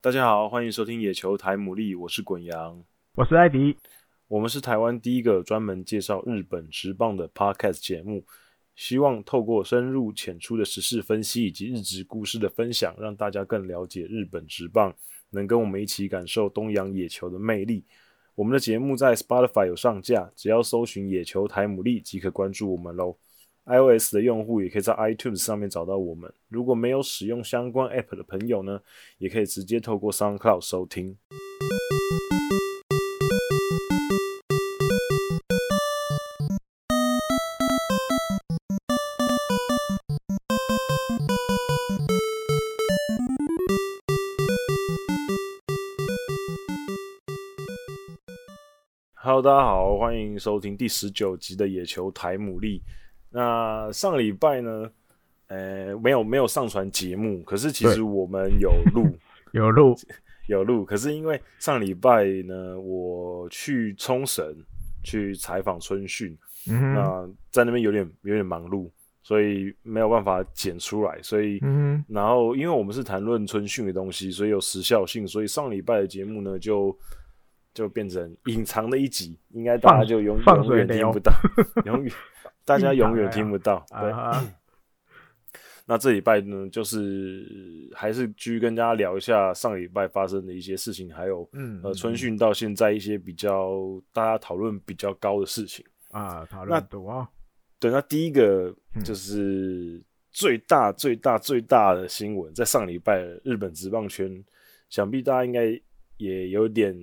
大家好，欢迎收听野球台牡蛎，我是滚羊。我是艾迪。我们是台湾第一个专门介绍日本职棒的 podcast 节目，希望透过深入浅出的时事分析以及日职故事的分享，让大家更了解日本职棒，能跟我们一起感受东洋野球的魅力。我们的节目在 Spotify 有上架，只要搜寻“野球台牡蛎”即可关注我们喽。iOS 的用户也可以在 iTunes 上面找到我们。如果没有使用相关 App 的朋友呢，也可以直接透过 SoundCloud 收听。Hello，大家好，欢迎收听第十九集的野球台牡蛎。那上礼拜呢，呃，没有没有上传节目，可是其实对我们有录， 有录，有录，可是因为上礼拜呢，我去冲绳去采访春训，嗯哼，那在那边有点有点忙碌，所以没有办法剪出来，所以。嗯然后，因为我们是谈论春训的东西，所以有时效性，所以上礼拜的节目呢，就就变成隐藏的一集，应该大家放就永放永远听水流不 到，永远大家哦隐藏永远了听不到。哼，对，啊哈，那这礼拜呢，就是还是继续跟大家聊一下上礼拜发生的一些事情，还有嗯呃春训到现在一些比较大家讨论比较高的事情。啊，讨那论度啊，对，那第一个嗯就是最大最大最大的新闻，在上礼拜日本职棒圈，想必大家应该也有点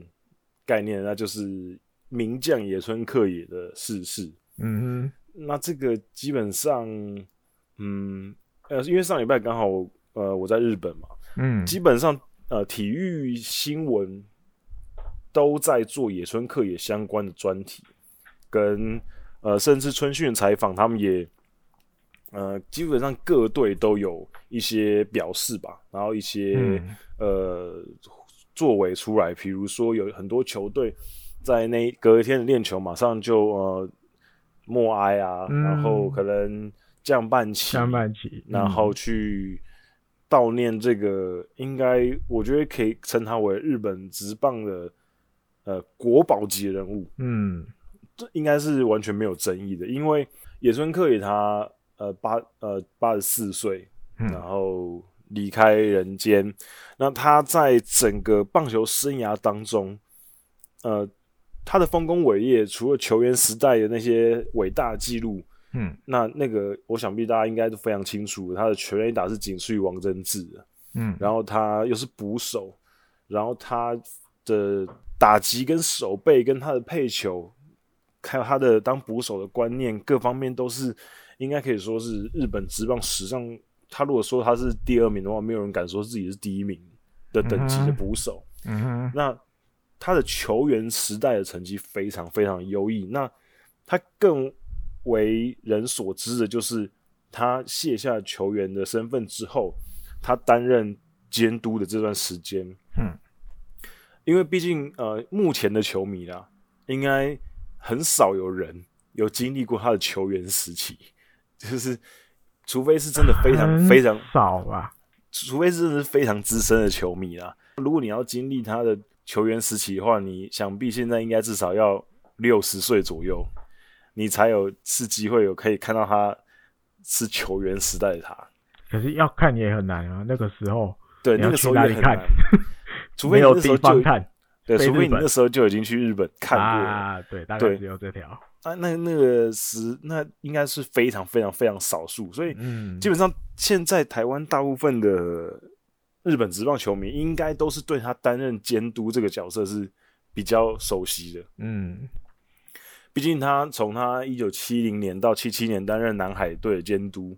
概念，那就是名将野村克也的逝世。嗯那这个基本上，嗯，呃，因为上礼拜刚好呃我在日本嘛，哼，嗯，基本上呃体育新闻都在做野村克也相关的专题，跟呃甚至春训采访，他们也呃基本上各队都有一些表示吧，然后一些、嗯呃作为出来，比如说有很多球队在那隔一天的练球，马上就呃默哀啊，嗯然后可能降半旗，下半期，然后去悼念这个，应该我觉得可以称他为日本职棒的呃国宝级人物，嗯，这应该是完全没有争议的，因为野村克也他呃八呃八十四岁，嗯然后离开人间，那他在整个棒球生涯当中，呃，他的丰功伟业，除了球员时代的那些伟大记录，嗯那那个，我想必大家应该都非常清楚，他的全垒打是仅次于王贞治的，嗯嗯然后他又是捕手，然后他的打击跟手背跟他的配球，还有他的当捕手的观念，各方面都是应该可以说是日本职棒史上，他如果说他是第二名的话，没有人敢说自己是第一名的等级的嗯哼捕手。嗯哼，那他的球员时代的成绩非常非常优异。那他更为人所知的就是，他卸下球员的身份之后，他担任监督的这段时间，嗯，因为毕竟呃，目前的球迷啦，应该很少有人有经历过他的球员时期，就是除非是真的非常很非常少啊吧，除非是非常资深的球迷啦。如果你要经历他的球员时期的话，你想必现在应该至少要六十岁左右，你才有是机会有可以看到他是球员时代的他。可是要看也很难啊，那个时候对，你要那个时候去哪也里很看 难，除非没你有那时地候方就看对，非除非日你本那时候就已经去日本 看过了。啊，对，大对概只有这条，啊，那那个时那应该是非常非常非常少数，所以嗯，基本上现在台湾大部分的日本职棒球迷应该都是对他担任监督这个角色是比较熟悉的。嗯毕竟他从他一九七零年到七七年担任南海队的监督，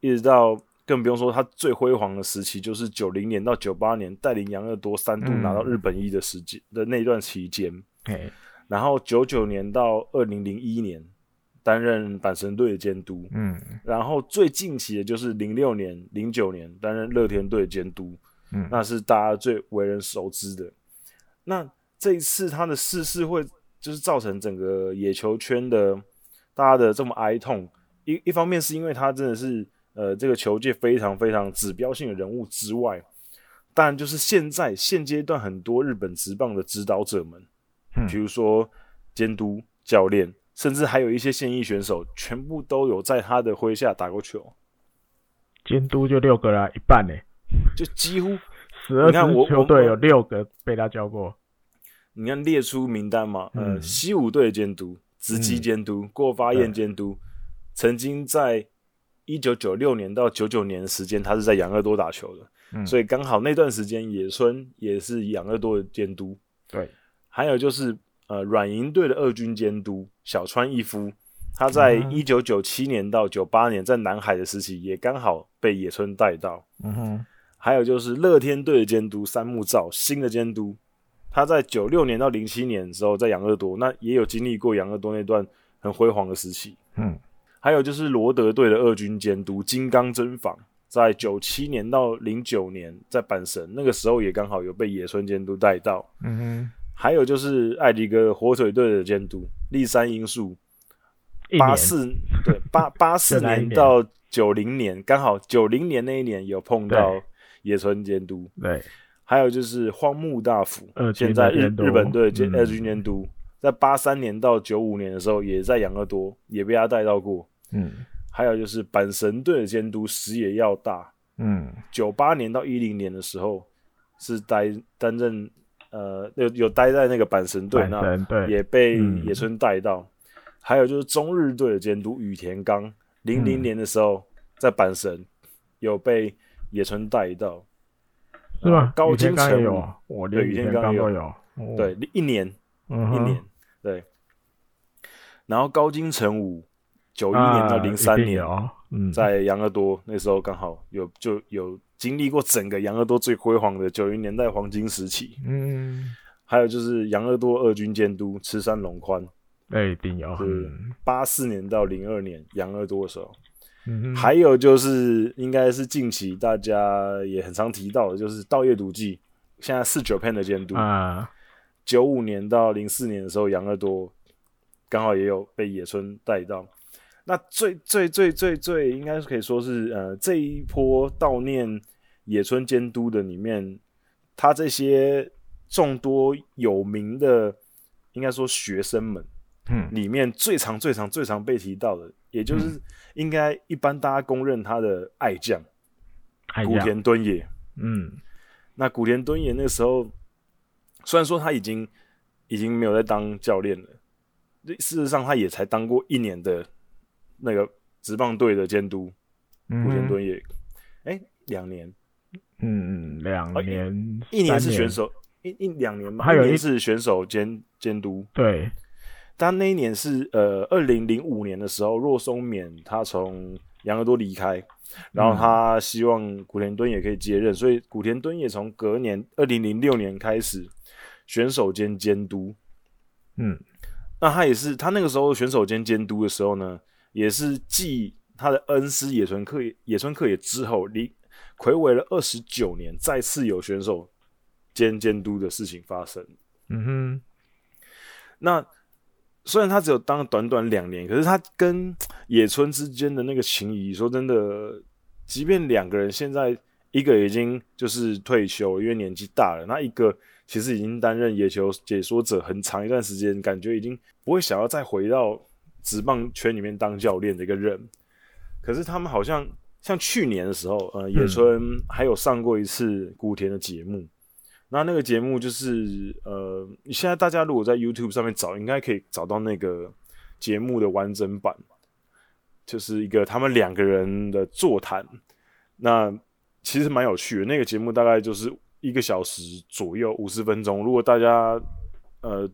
一直到更不用说他最辉煌的时期，就是九零年到九八年带领杨乐多三度嗯拿到日本一的时间、的那一段期间，嘿，然后九九年到二零零一年担任阪神队的监督，嗯然后最近期的就是零六年、零九年担任乐天队监督，嗯那是大家最为人熟知的。那这一次他的逝世会就是造成整个野球圈的大家的这么哀痛，一一方面是因为他真的是呃这个球界非常非常指标性的人物之外，当然就是现在现阶段很多日本职棒的指导者们，嗯比如说监督、教练，甚至还有一些现役选手，全部都有在他的麾下打过球，监督就六个啦，一半呢、就几乎十二你看我支球我队有六个被他教过，你看列出名单嘛，呃，嗯西武队监督、直击监督、过发彦监督，曾经在一九九六年到九九年的时间，他是在养乐多打球的，嗯所以刚好那段时间野村也是养乐多的监督，对，还有就是呃软银队的二军监督小川一夫，他在嗯一九九七年到九八年在南海的时期，也刚好被野村带到，嗯哼，还有就是乐天队的监督三木照，新的监督，他在九六年到零七年之后在养乐多，那也有经历过养乐多那段很辉煌的时期。嗯还有就是罗德队的二军监督金刚真房，在九七年到零九年在阪神，那个时候也刚好有被野村监督带到。嗯哼，还有就是艾迪哥火腿队的监督立山英树，一八年四对 八八四就那一年年到九零年，刚好九零年那一年有碰到对野村监督。对，还有就是荒木大辅二，军现在日的监督日本队监嗯二军监督，在八三年到九五年的时候也在养乐多，也被他带到过。嗯还有就是阪神队的监督石野耀大，嗯九八年到一零年的时候是待担任呃有有待在那个阪神队阪那，神对，也被嗯野村带到。还有就是中日队的监督羽田刚，零零嗯年的时候在阪神有被野村带到。是吧？高羽田金刚城也武有啊，我连对羽羽田田刚刚也有都有，哦对，，一年嗯一哼年，对。然后高金城武，九一啊年到零三一定年，有嗯，在养乐多那时候刚好有就有经历过整个养乐多最辉煌的九零年代黄金时期。嗯，还有就是养乐多二军监督池山龙宽，那一定有，是嗯八四年到零二年养乐多的时候。嗯哼，还有就是应该是近期大家也很常提到的，就是道业毒剂，现在四九片的监督，啊，九五年到零四年的时候，养乐多刚好也有被野村带到。那最最最最最应该是可以说是呃这一波悼念野村监督的里面，他这些众多有名的应该说学生们嗯里面最常最常最常被提到的，也就是应该一般大家公认他的爱将还古有，田敦也。嗯那古田敦也那时候，虽然说他已经已经没有在当教练了，事实上他也才当过一年的那个职棒队的监督。嗯古田哼，敦也，哎、两年，嗯，两哦一年，一年三是选，手，一一两年嘛，还有一一年是选手监监督。对，但那一年是呃，二零零五年的时候，若松勉他从养乐多离开，然后他希望古田敦也可以接任，所以古田敦也从隔年二零零六年开始选手兼监督。嗯那他也是他那个时候选手兼监督的时候呢，也是继他的恩师野村克野村克也之后，离魁违了二十九年，再次有选手兼监督的事情发生。嗯哼，那虽然他只有当短短两年，可是他跟野村之间的那个情谊，说真的，即便两个人现在一个已经就是退休了，因为年纪大了，那一个其实已经担任野球解说者很长一段时间，感觉已经不会想要再回到职棒圈里面当教练的一个人。可是他们好像像去年的时候，呃，野村还有上过一次古田的节目。那那个节目就是呃，现在大家如果在 YouTube 上面找，应该可以找到那个节目的完整版，就是一个他们两个人的座谈。那其实蛮有趣的，那个节目大概就是一个小时左右，五十分钟。如果大家呃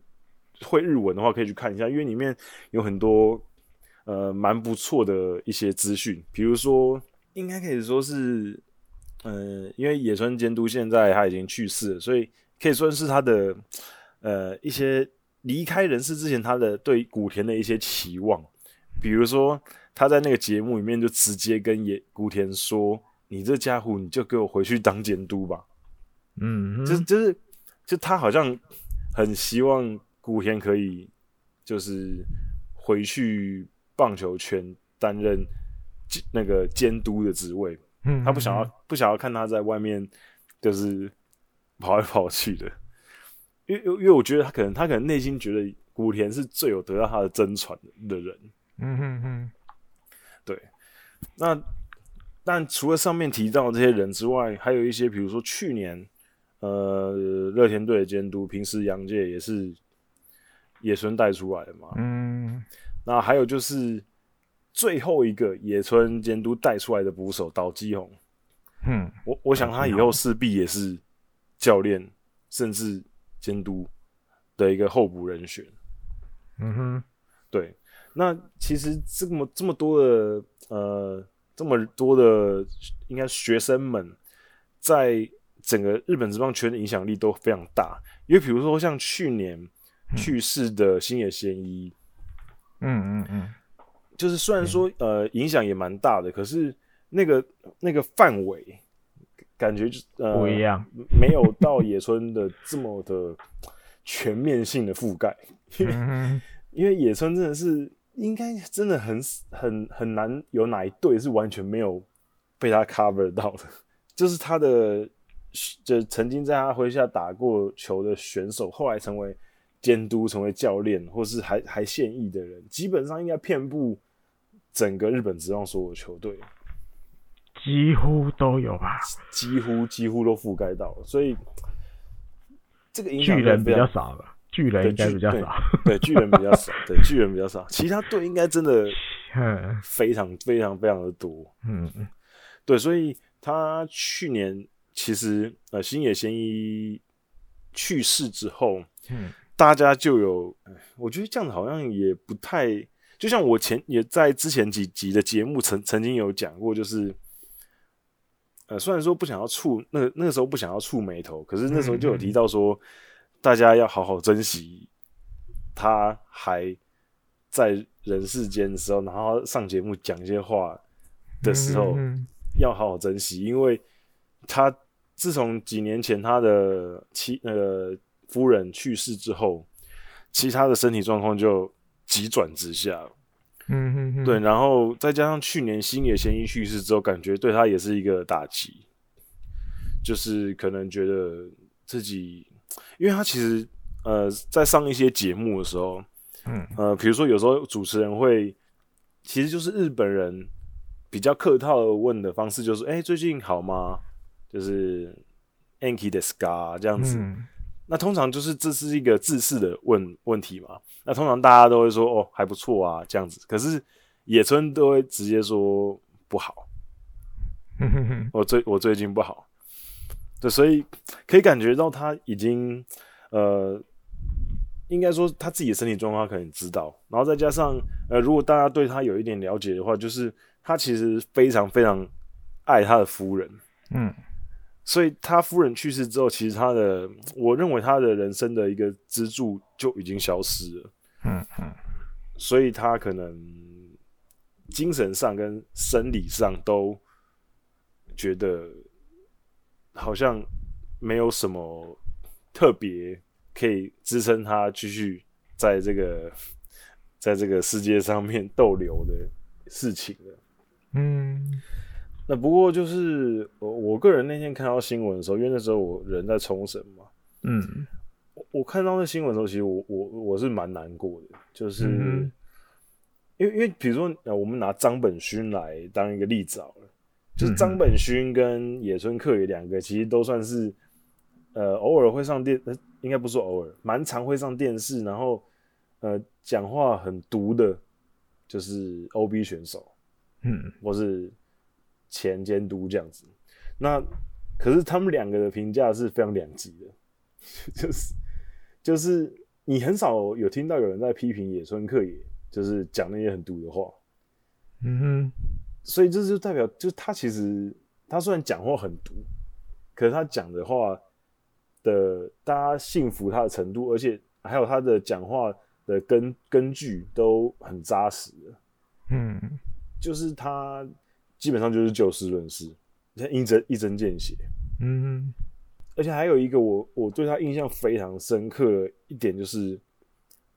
会日文的话，可以去看一下，因为里面有很多呃蛮不错的一些资讯，比如说应该可以说是嗯，因为野村监督现在他已经去世了，所以可以算是他的呃一些离开人世之前他的对古田的一些期望，比如说他在那个节目里面就直接跟野古田说：“你这家伙，你就给我回去当监督吧。嗯哼，就是就是就他好像很希望古田可以就是回去棒球圈担任那个监督的职位，他不想嗯要不想要看他在外面就是跑来跑去的。因为因为我觉得他可能他可能内心觉得古田是最有得到他的真传的人。嗯哼哼，对，那但除了上面提到的这些人之外，还有一些，比如说去年，呃，乐天队的监督，平时杨介也是野村带出来的嘛。嗯那还有就是最后一个野村监督带出来的捕手岛基宏，嗯哼，我我想他以后势必也是教练甚至监督的一个候补人选。嗯哼，对，那其实这么这么多的呃这么多的应该学生们，在整个日本职棒圈的影响力都非常大，因为比如说像去年嗯去世的星野贤一，嗯嗯嗯，就是虽然说呃影响也蛮大的，可是那个那个范围感觉就呃不一样，没有到野村的这么的全面性的覆盖。 嗯哼，因为野村真的是应该真的很很很难有哪一队是完全没有被他 cover 到的， 就是他的就曾经在他麾下打过球的选手，后来成为监督、成为教练，或是还还现役的人，基本上应该遍布整个日本职棒所有球队，几乎都有吧，几乎几乎都覆盖到了，所以这个影巨响人比非常较少了，巨人对应该巨比较对少， 对巨人比较少，对巨人比较少，其他队应该真的。嗯非常非常非常的多。嗯嗯对，所以他去年其实呃星野贤一去世之后，嗯大家就有，哎我觉得这样子好像也不太，就像我前也在之前几集的节目曾曾经有讲过，就是。呃，虽然说不想要触那个那个时候不想要触眉头，可是那时候就有提到说，大家要好好珍惜他还在人世间的时候，然后上节目讲一些话的时候，嗯要好好珍惜，因为他自从几年前他的妻呃夫人去世之后，其他的身体状况就急转直下了。嗯哼哼，对，然后再加上去年星野贤一去世之后，感觉对他也是一个打击，就是可能觉得自己，因为他其实呃在上一些节目的时候，嗯呃，比如说有时候主持人会，其实就是日本人比较客套的问的方式，就是哎、最近好吗？就是 Anki d e s c a 这样子，嗯那通常就是这是一个自私的问问题嘛。那通常大家都会说哦还不错啊这样子，可是野村都会直接说不好，哼哼哼，我最我最近不好，对，所以可以感觉到他已经呃，应该说他自己的身体状况他可能知道，然后再加上呃，如果大家对他有一点了解的话，就是他其实非常非常爱他的夫人，嗯所以他夫人去世之后，其实他的，我认为他的人生的一个支柱就已经消失了，嗯嗯所以他可能精神上跟生理上都觉得好像没有什么特别可以支撑他继续在这个在这个世界上面逗留的事情了。嗯那不过就是我我个人那天看到新闻的时候，因为那时候我人在冲绳嘛，嗯我我看到那新闻的时候，其实我我我是蛮难过的，就是、嗯因为因为比如说呃，我们拿张本勋来当一个例子好了，就是嗯哼张本勋跟野村克也两个其实都算是呃偶尔会上电，呃、应该不是说偶尔，蛮常会上电视，然后呃讲话很毒的，就是 OB 选手。嗯或是前监督这样子。那可是他们两个的评价是非常两极的，就是就是你很少有听到有人在批评野村克也，就是讲那些很毒的话，嗯哼，所以这就代表，就是他其实他虽然讲话很毒，可是他讲的话的大家信服他的程度，而且还有他的讲话的根根据都很扎实的。嗯就是他基本上就是就事论事，他一针一针见血。嗯而且还有一个我我对他印象非常深刻的一点就是，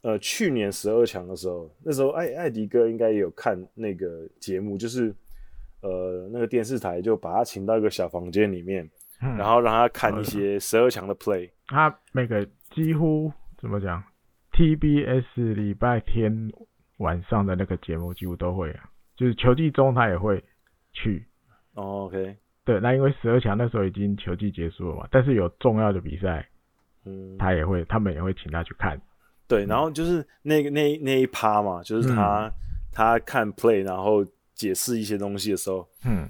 呃，去年十二强的时候，那时候艾艾迪哥应该也有看那个节目，就是呃那个电视台就把他请到一个小房间里面，嗯然后让他看一些十二强的 play。他每个几乎怎么讲，TBS 礼拜天晚上的那个节目几乎都会啊，就是球季中他也会去。哦 OK，对，那因为十二强那时候已经球季结束了嘛，但是有重要的比赛，嗯，他也会，他们也会请他去看。对，然后就是那个那那一趴嘛，就是他、他看 play，然后解释一些东西的时候，嗯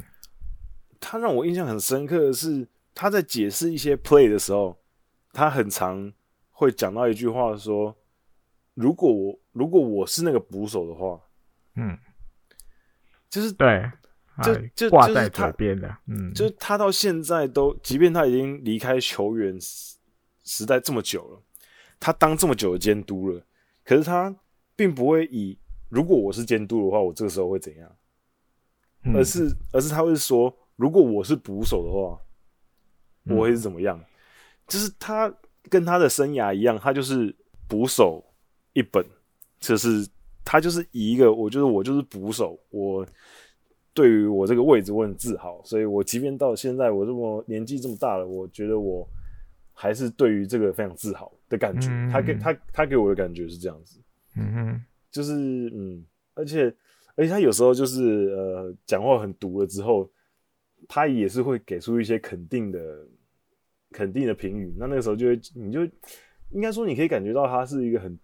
他让我印象很深刻的是，他在解释一些 play 的时候，他很常会讲到一句话说：“如果我如果我是那个捕手的话，嗯，就是对，就哎就就挂是在他嘴边的，嗯，就是他到现在都，即便他已经离开球员时时代这么久了，他当这么久的监督了，可是他并不会以如果我是监督的话，我这个时候会怎样，嗯而是而是他会说，如果我是捕手的话，嗯我会是怎么样？就是他跟他的生涯一样，他就是捕手一本，就是他就是以一个我就是我就是捕手，我对于我这个位置我很自豪，所以我即便到现在我这么年纪这么大了，我觉得我还是对于这个非常自豪的感觉。嗯他给他他给我的感觉是这样子，嗯哼，就是嗯，而且而且他有时候就是呃讲话很毒了之后，他也是会给出一些肯定的肯定的评语。那那个时候就会你就应该说你可以感觉到他是一个很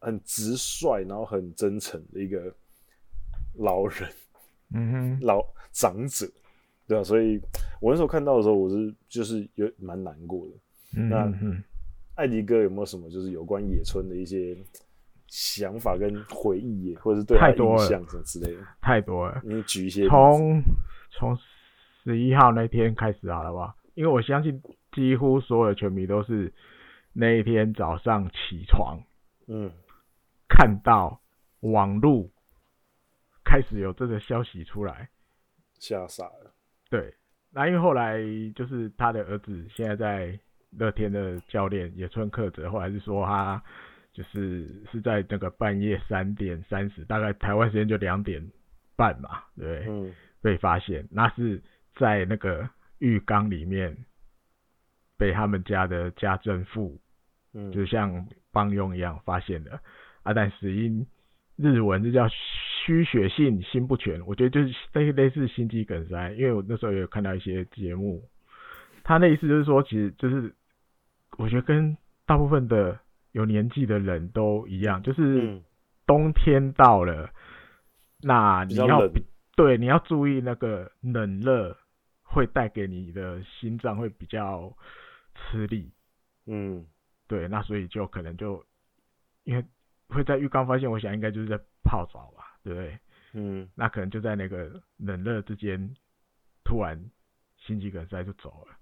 很直率，然后很真诚的一个老人嗯哼，老长者，对吧、所以我那时候看到的时候，我是就是有蛮难过的。嗯那哼嗯艾迪哥有没有什么就是有关野村的一些想法跟回忆，或者是对他太的多印了象什么之类的？太多了。你举一些例子从从十一号那天开始好了吧？因为我相信几乎所有的球迷都是那一天早上起床嗯看到网络开始有这个消息出来，吓傻了，对，那因为后来就是他的儿子现在在乐天的教练野村克则，后来是说他就是是在那个半夜三点三十，大概台湾时间就两点半嘛，对不对，嗯被发现，那是在那个浴缸里面被他们家的家政妇嗯，就像帮佣一样发现的。啊，但死因日文这叫虚血性心不全，我觉得就是类类似心肌梗塞，因为我那时候也有看到一些节目，他那意思就是说，其实就是我觉得跟大部分的有年纪的人都一样，就是嗯冬天到了，那比你较要冷，对你要注意那个冷热会带给你的心脏会比较吃力，嗯对，那所以就可能就因为会在浴缸发现，我想应该就是在泡澡吧，对不对？嗯那可能就在那个冷热之间，突然心肌梗塞就走了。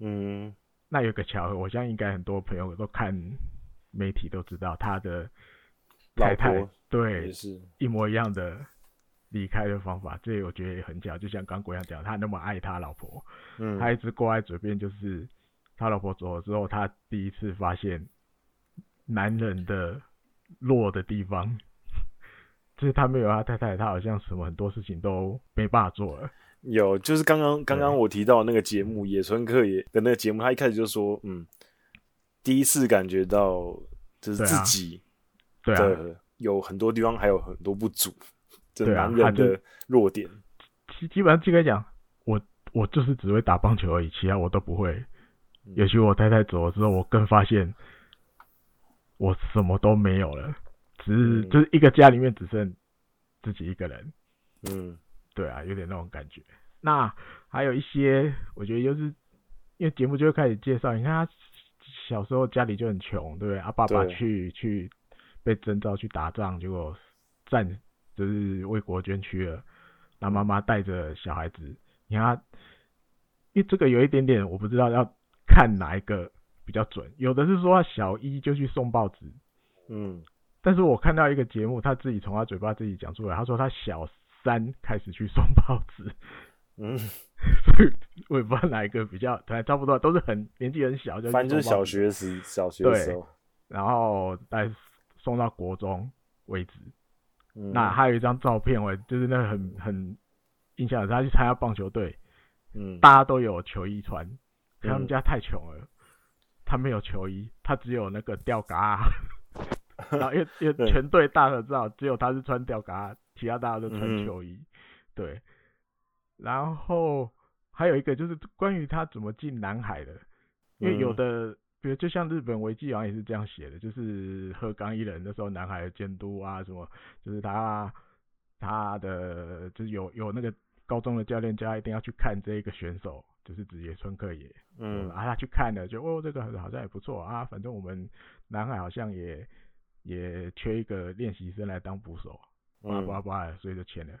嗯那有个巧合，我相信应该很多朋友都看媒体都知道，他的老太太婆对也是，一模一样的离开的方法，这我觉得也很巧。就像刚国阳讲，他那么爱他老婆，嗯他一直挂在嘴边，就是他老婆走了之后，他第一次发现男人的弱的地方，就是他没有他太太，他好像什么很多事情都没办法做了。有就是刚刚刚刚我提到那个节目野村克也的那个节目，他一开始就说，嗯，第一次感觉到就是对自啊己对啊，的有很多地方还有很多不足，这对啊男他人就的弱点，基基本上就跟你讲，我我就是只会打棒球而已，其他我都不会。嗯也许我太太走了之后，我更发现我什么都没有了，只是、嗯就是一个家里面只剩自己一个人。嗯对啊，有点那种感觉。那还有一些，我觉得就是因为节目就会开始介绍，你看他小时候家里就很穷，对不对？啊，爸爸对去去被征召去打仗，结果战就是为国捐躯了。那妈妈带着小孩子，你看他，因为这个有一点点我不知道要看哪一个比较准，有的是说他小一就去送报纸，嗯但是我看到一个节目，他自己从他嘴巴自己讲出来，他说他小三开始去送报纸，嗯，所以我也不知道哪一个比较，反正差不多都是很年纪很小就去反正就是送报小纸，学时小学的时候，然后再送到国中为止。嗯那还有一张照片，我就是那很很印象，他去参加棒球队，嗯大家都有球衣穿，可他们家太穷了，他没有球衣，他只有那个 吊嘎，啊然后因为因为对全队大家都知道，只有他是穿吊嘎，其他大家都嗯穿球衣，对。然后还有一个就是关于他怎么进南海的，因嗯为有的，比如就像日本维基好像也是这样写的，就是鹤冈一人那时候南海的监督啊，什么就是他他的就是有有那个高中的教练叫他一定要去看这一个选手，就是指野村克也，嗯，嗯啊，他去看了，就哦，这个好像也不错啊，反正我们南海好像也也缺一个练习生来当捕手，叭嗯叭叭的，所以就签了。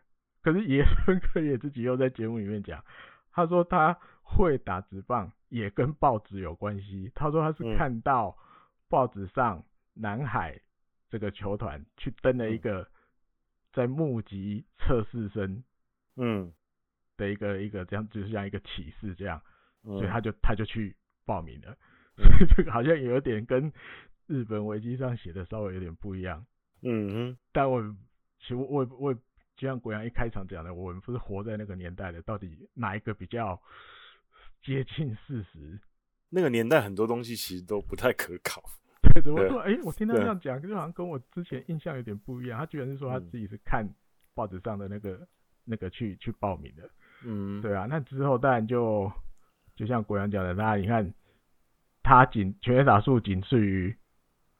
可是野村 克也自己又在节目里面讲，他说他会打直棒，也跟报纸有关系。他说他是嗯看到报纸上南海这个球团去登嗯了一个在募集测试生嗯的一个一个这样，就是像一个启示这样。嗯，所以他就他就去报名了。嗯 所以这个好像也有点跟日本维基上写的稍微有点不一样。嗯但我其实我我我就像国阳一开场讲的，我们不是活在那个年代的，到底哪一个比较接近事实？ 那个年代很多东西其实都不太可考。对，怎么对说？哎、我听他这对样讲，就好像跟我之前印象有点不一样。他居然是说他嗯自己是看报纸上的那个那个去去报名的。嗯，对啊，那之后当然就就像国阳讲的，那你看他仅全垒打数仅次于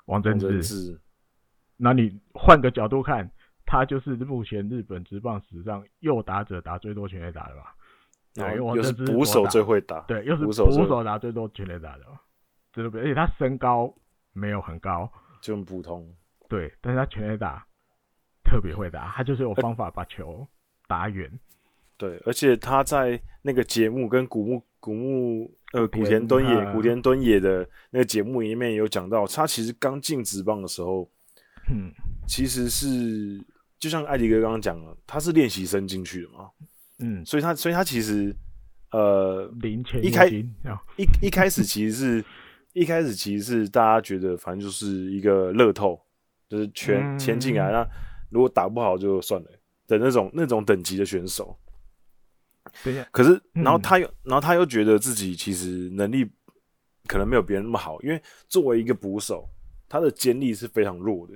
王贞真真治，是，那你换个角度看，他就是目前日本职棒史上右打者打最多全垒打的吧？对，因然为后王又是贞治捕左手打最会打，对，又是捕捕手是手打最多全垒打的嘛，这个而且他身高没有很高，就很普通。对，但是他全垒打特别会打，他就是有方法把球打远。对，而且他在那个节目跟古木古木呃田古田敦啊也古田敦也的那个节目里面有讲到，他其实刚进职棒的时候，嗯，其实是就像艾迪哥刚刚讲了，他是练习生进去的嘛，嗯，所以他所以他其实呃零前一开金啊，一一开始其实是一开始其实是大家觉得反正就是一个乐透，就是全嗯钱进来，那如果打不好就算了的那种那种等级的选手。等一下，可是，嗯然后他又，然后他又觉得自己其实能力可能没有别人那么好，因为作为一个捕手，他的肩力是非常弱的，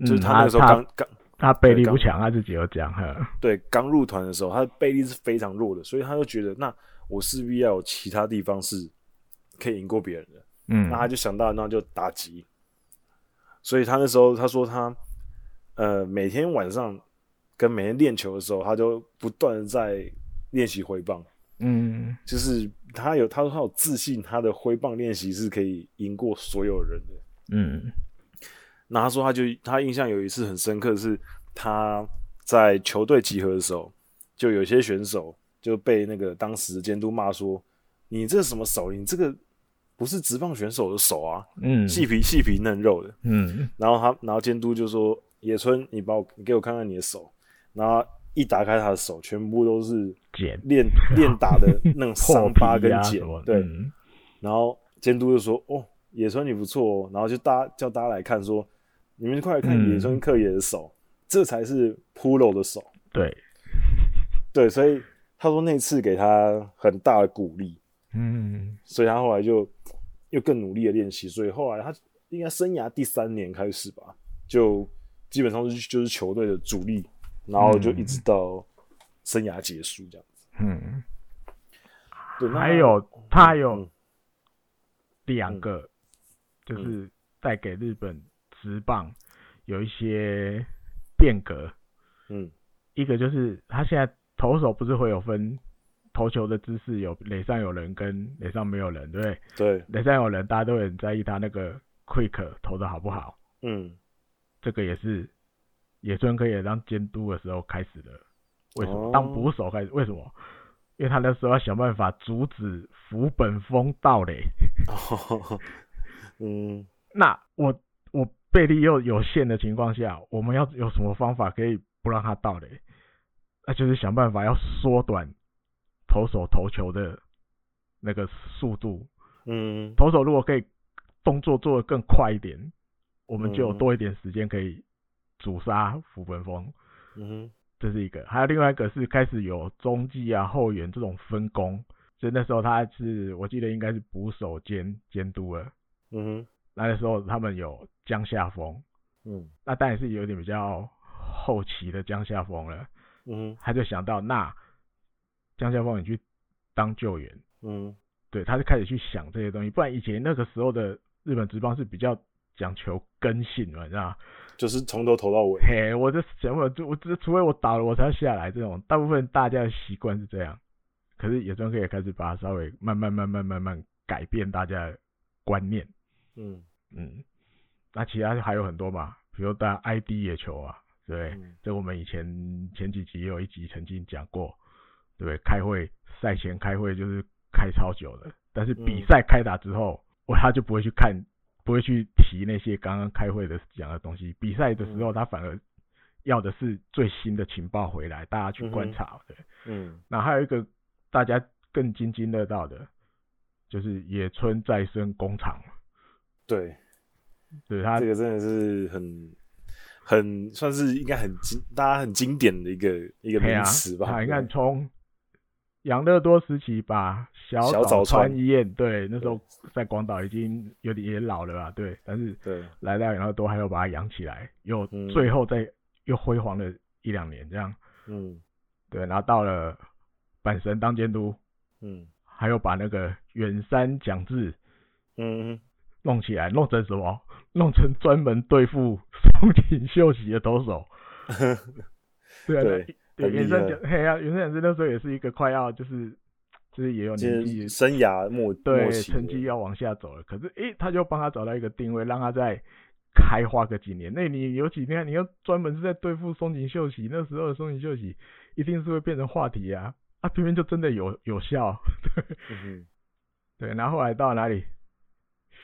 就是嗯他那个时候他刚刚他背力对不刚强，他自己有讲哈。对刚入团的时候，他的背力是非常弱的，所以他就觉得，那我势必要有其他地方是可以赢过别人的，嗯那他就想到那就打击，所以他那时候他说他呃每天晚上跟每天练球的时候，他就不断的在练习回棒。嗯，就是他有，他说他有自信，他的挥棒练习是可以赢过所有人的。嗯那他说他就他印象有一次很深刻的是他在球队集合的时候，就有些选手就被那个当时的监督骂说：“你这什么手？你这个不是直棒选手的手啊，嗯细皮细皮嫩肉的。”嗯然后他，然后监督就说：“野村，你把我你给我看看你的手。”然后一打开他的手，全部都是减 练练打的那种破伤疤皮跟啊茧什么，对。嗯然后监督就说：“哦，野村你不错哦。”然后就大家叫大家来看说，你们快来看嗯野村克也的手，这才是 Polo 的手。对，对，所以他说那次给他很大的鼓励，嗯所以他后来就又更努力的练习，所以后来他应该生涯第三年开始吧，就基本上是就是球队的主力，然后就一直到生涯结束这样子。嗯，对，那还有他还有嗯两个，就是带给日本职棒有一些变革。嗯一个就是他现在投手不是会有分投球的姿势，有垒上有人跟垒上没有人，对不对？对垒上有人，大家都很在意他那个 quick 投的好不好。嗯 这个也是野村可以当监督的时候开始的。为什么？哦当捕手开始？为什么？因为他那时候要想办法阻止福本丰盗垒。哦嗯那我我背力又有限的情况下，我们要有什么方法可以不让他盗垒？那就是想办法要缩短投手投球的那个速度。嗯投手如果可以动作做得更快一点，我们就有嗯多一点时间可以阻杀福本丰。嗯哼这是一个，还有另外一个是开始有中继啊、后援这种分工，所以那时候他是我记得应该是捕手兼监督了。嗯哼，那时候他们有江夏风，嗯那当然是有点比较后期的江夏风了。嗯哼他就想到，那江夏风你去当救援，嗯对，他就开始去想这些东西。不然以前那个时候的日本职棒是比较讲求根性嘛，你知道吗？哼，就是从头投到尾。嘿，我这想法就我这除非我倒了我才要下来，这种大部分大家的习惯是这样。可是野村可以开始把它稍微慢慢慢慢慢慢改变大家的观念，嗯嗯，那其他还有很多嘛，比如大家 ID 野球啊，对不对？嗯这我们以前前几集也有一集曾经讲过，对不对？开会赛前开会就是开超久的，但是比嗯赛开打之后，我他就不会去看，不会去提那些刚刚开会的讲的东西。比赛的嗯时候，他反而要的是最新的情报回来，大家去观察。对，嗯那还有一个大家更津津乐道的，就是野村再生工厂，对，对他这个真的是很很算是应该很经大家很经典的一个一个对名啊，词吧。啊你对看，从养乐多时期把小小早早川川医院，对，那时候在广岛已经有点也老了吧，对，但是对，来到养乐多还要把它养起来，又嗯最后再又辉煌了一两年这样，嗯对，然后到了阪神当监督，嗯还有把那个远山奖治嗯嗯弄起来，弄成什么？ 弄成专门对付松井秀喜的投 手。对啊，对对，很厉原生害讲，嘿啊，原生讲师那时候也是一个快要就是就是也有年这纪，生涯末末对期成绩了要往下走了，可是诶、他就帮他找到一个定位，让他再开花个几年。那你有几天，你要专门是在对付松井秀喜，那时候的松井秀喜一定是会变成话题啊，啊，偏偏就真的有有效，对嗯哼对，然后后来到哪里？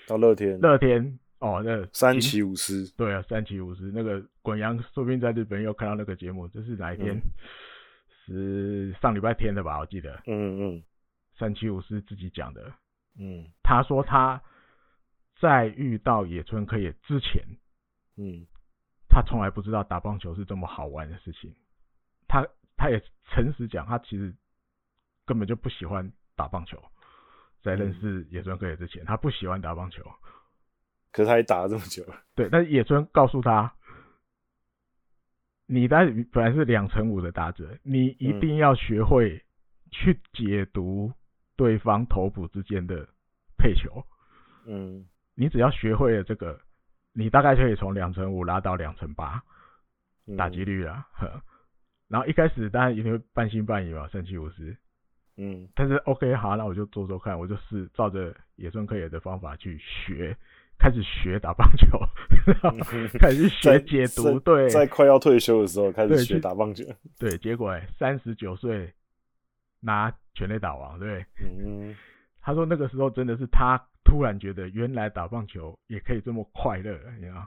到乐天乐天哦，那三金崎武司，对啊，三七五十那个滚阳，说不定在日本又看到那个节目，这是哪一天？是上礼拜天的吧？我记得嗯嗯三七五是自己讲的，嗯他说他在遇到野村克也之前，嗯他从来不知道打棒球是这么好玩的事情。他他也诚实讲，他其实根本就不喜欢打棒球。在认识野村克也之前，他不喜欢打棒球。可是他也打了这么久了，对，但是野村告诉他，你在本来是两成五的打者，你一嗯定要学会去解读对方投捕之间的配球。嗯你只要学会了这个，你大概就可以从两成五拉到两成八嗯打击率了。呵然后一开始当然一定会半信半疑嘛，三七五十。嗯但是 OK 好，那我就做做看，我就是照着野村克也的方法去学，开始学打棒球，然后开始去嗯学在解读，在对在快要退休的时候开对始学去打棒球，对，结果三十九岁拿全垒打王，对不对，嗯他说那个时候真的是他突然觉得原来打棒球也可以这么快乐，你知道，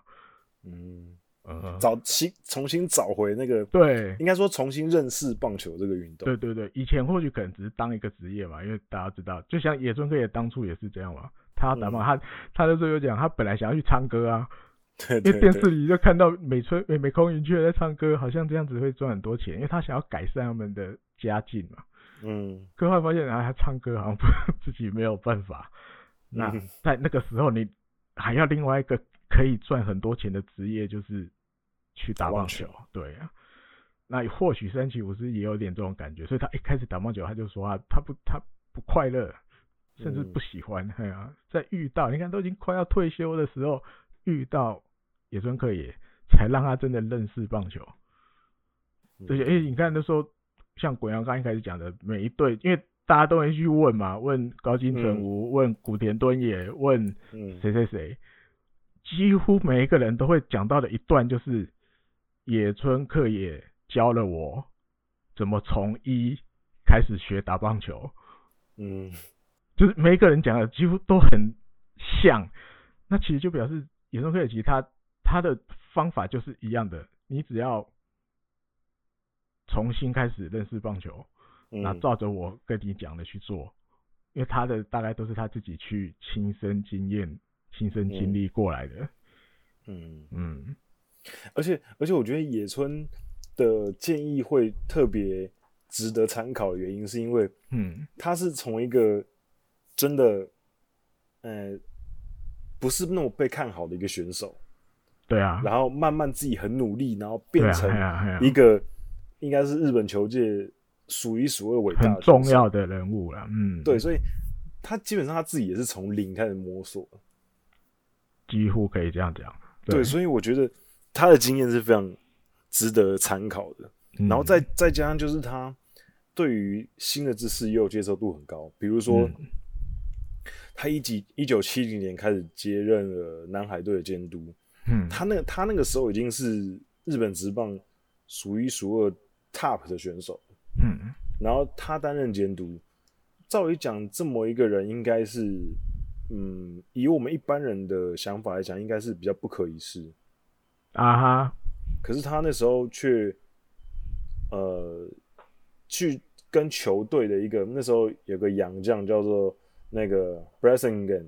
嗯，嗯，找新重新找回那个，对应该说重新认识棒球这个运动，对对对，以前或许可能只是当一个职业嘛，因为大家知道，就像野村克也当初也是这样嘛。他嗯打棒，他他那时候有讲，他本来想要去唱歌啊， 对因对对为电视里就看到美村美美空云雀在唱歌，好像这样子会赚很多钱，因为他想要改善他们的家境嘛。嗯可后来发现啊，他唱歌好像不 自己没有办法。那嗯在那个时候，你还要另外一个可以赚很多钱的职业，就是去打打棒棒球。对啊，那或许三七五十也有点这种感觉，所以他一开始打棒球，他就说啊，他不他不快乐，甚至嗯不喜欢。哎呀、在遇到你看都已经快要退休的时候，遇到野村克也，才让他真的认识棒球。嗯而且，哎、你看那时候，像滚阳刚一开始讲的，每一队，因为大家都会去问嘛，问高金城武，问古田敦也，问嗯谁谁谁，几乎每一个人都会讲到的一段就是野村克也教了我怎么从一开始学打棒球，嗯就是每一个人讲的几乎都很像，那其实就表示野生科技其实它它的方法就是一样的，你只要重新开始认识棒球，嗯那照着我跟你讲的去做，因为他的大概都是他自己去亲身经验、亲身经历过来的，嗯，嗯，而且而且我觉得野村的建议会特别值得参考的原因，是因为嗯它是从一个真的，呃，不是那么被看好的一个选手，对啊，然后慢慢自己很努力，然后对变啊，成哎呀哎呀一个应该是日本球界数一数二伟大很的重选手要的人物了，嗯，对，，所以他基本上他自己也是从零开始摸索的。几乎可以这样讲，对，所以我觉得他的经验是非常值得参考的。然后嗯再再加上就是他对于新的知识也有接受度很高，比如说、嗯他一级一九七零年开始接任了南海队的监督，嗯他那个他那个时候已经是日本职棒数一数二 top 的选手，嗯，然后他担任监督。照理讲，这么一个人应该是，嗯，以我们一般人的想法来讲，应该是比较不可一世。啊哈，可是他那时候却，呃，去跟球队的一个那时候有个洋将叫做那个 Brassingen，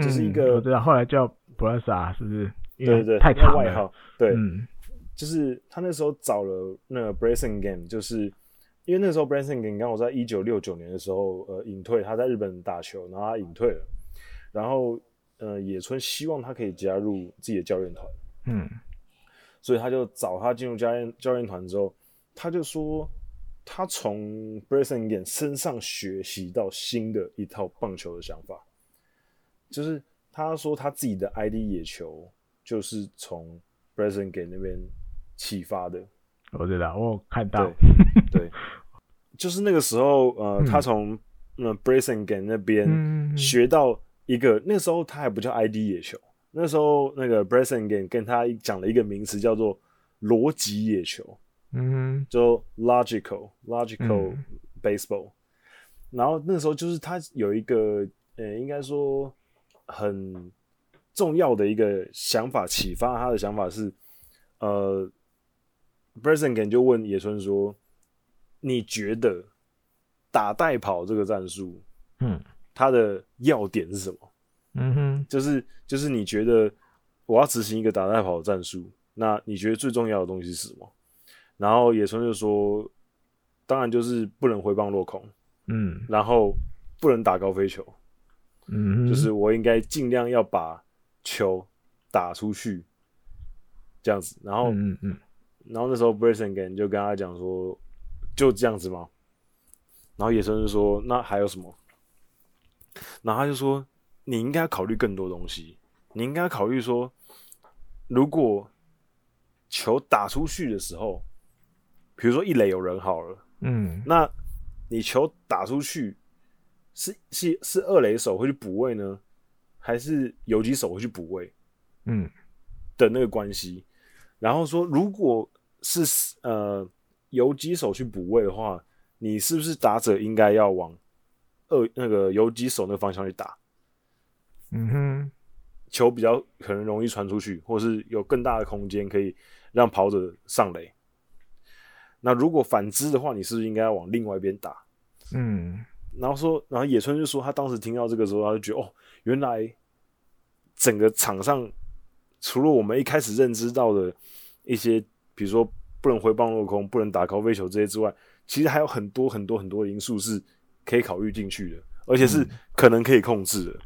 这是一嗯个我知道，后来叫 Brasa 是不是？因对为对对，太他长外了号，，对，嗯就是他那时候找了那个 Brassingen，就是因为那时候 Brassingen 刚好在一九六九年的时候呃隐退，他在日本打球，然后他隐退了，然后呃野村希望他可以加入自己的教练团。嗯所以他就找他进入教练教练团之后，他就说他从 Brassingen 身上学习到新的一套棒球的想法，就是他说他自己的 ID 野球就是从 Brassingen 那边启发的，我知哦道，我有看到，对，就是那个时候呃，他从那 Brassingen 那 边。嗯，嗯学到一个，那时候他还不叫 ID 野球，那时候那个 Brassingen 跟他讲了一个名词叫做逻辑野球，嗯就 logical logical 嗯 baseball、然后那时候就是他有一个呃，应该说很重要的一个想法，启发他的想法是，呃，Brassingen 就问野村说：“你觉得打带跑这个战术嗯它的要点是什么？”嗯哼，就是就是你觉得我要执行一个打带跑的战术，那你觉得最重要的东西是什么？然后野村就说，当然就是不能回棒落空，嗯然后不能打高飞球，嗯哼，就是我应该尽量要把球打出去，这样子。然后、嗯嗯嗯，然后那时候 Brassingen 就跟他讲说，就这样子吗？然后野生就说，那还有什么？然后他就说，你应该考虑更多东西，你应该考虑说，如果球打出去的时候，比如说一垒有人好了，嗯那你球打出去是是是二垒手会去补位呢，还是游击手会去补位？嗯的那个关系。然后说，如果是呃游击手去补位的话，你是不是打者应该要往二那个游击手那个方向去打？嗯哼，球比较可能容易传出去，或是有更大的空间可以让跑者上垒。那如果反之的话，你是不是应该要往另外一边打？嗯然后说，然后野村就说，他当时听到这个时候，他就觉得哦，原来整个场上除了我们一开始认知到的一些，比如说不能回棒落空、不能打高飞球这些之外，其实还有很多很多很多的因素是可以考虑进去的，而且是可能可以控制的。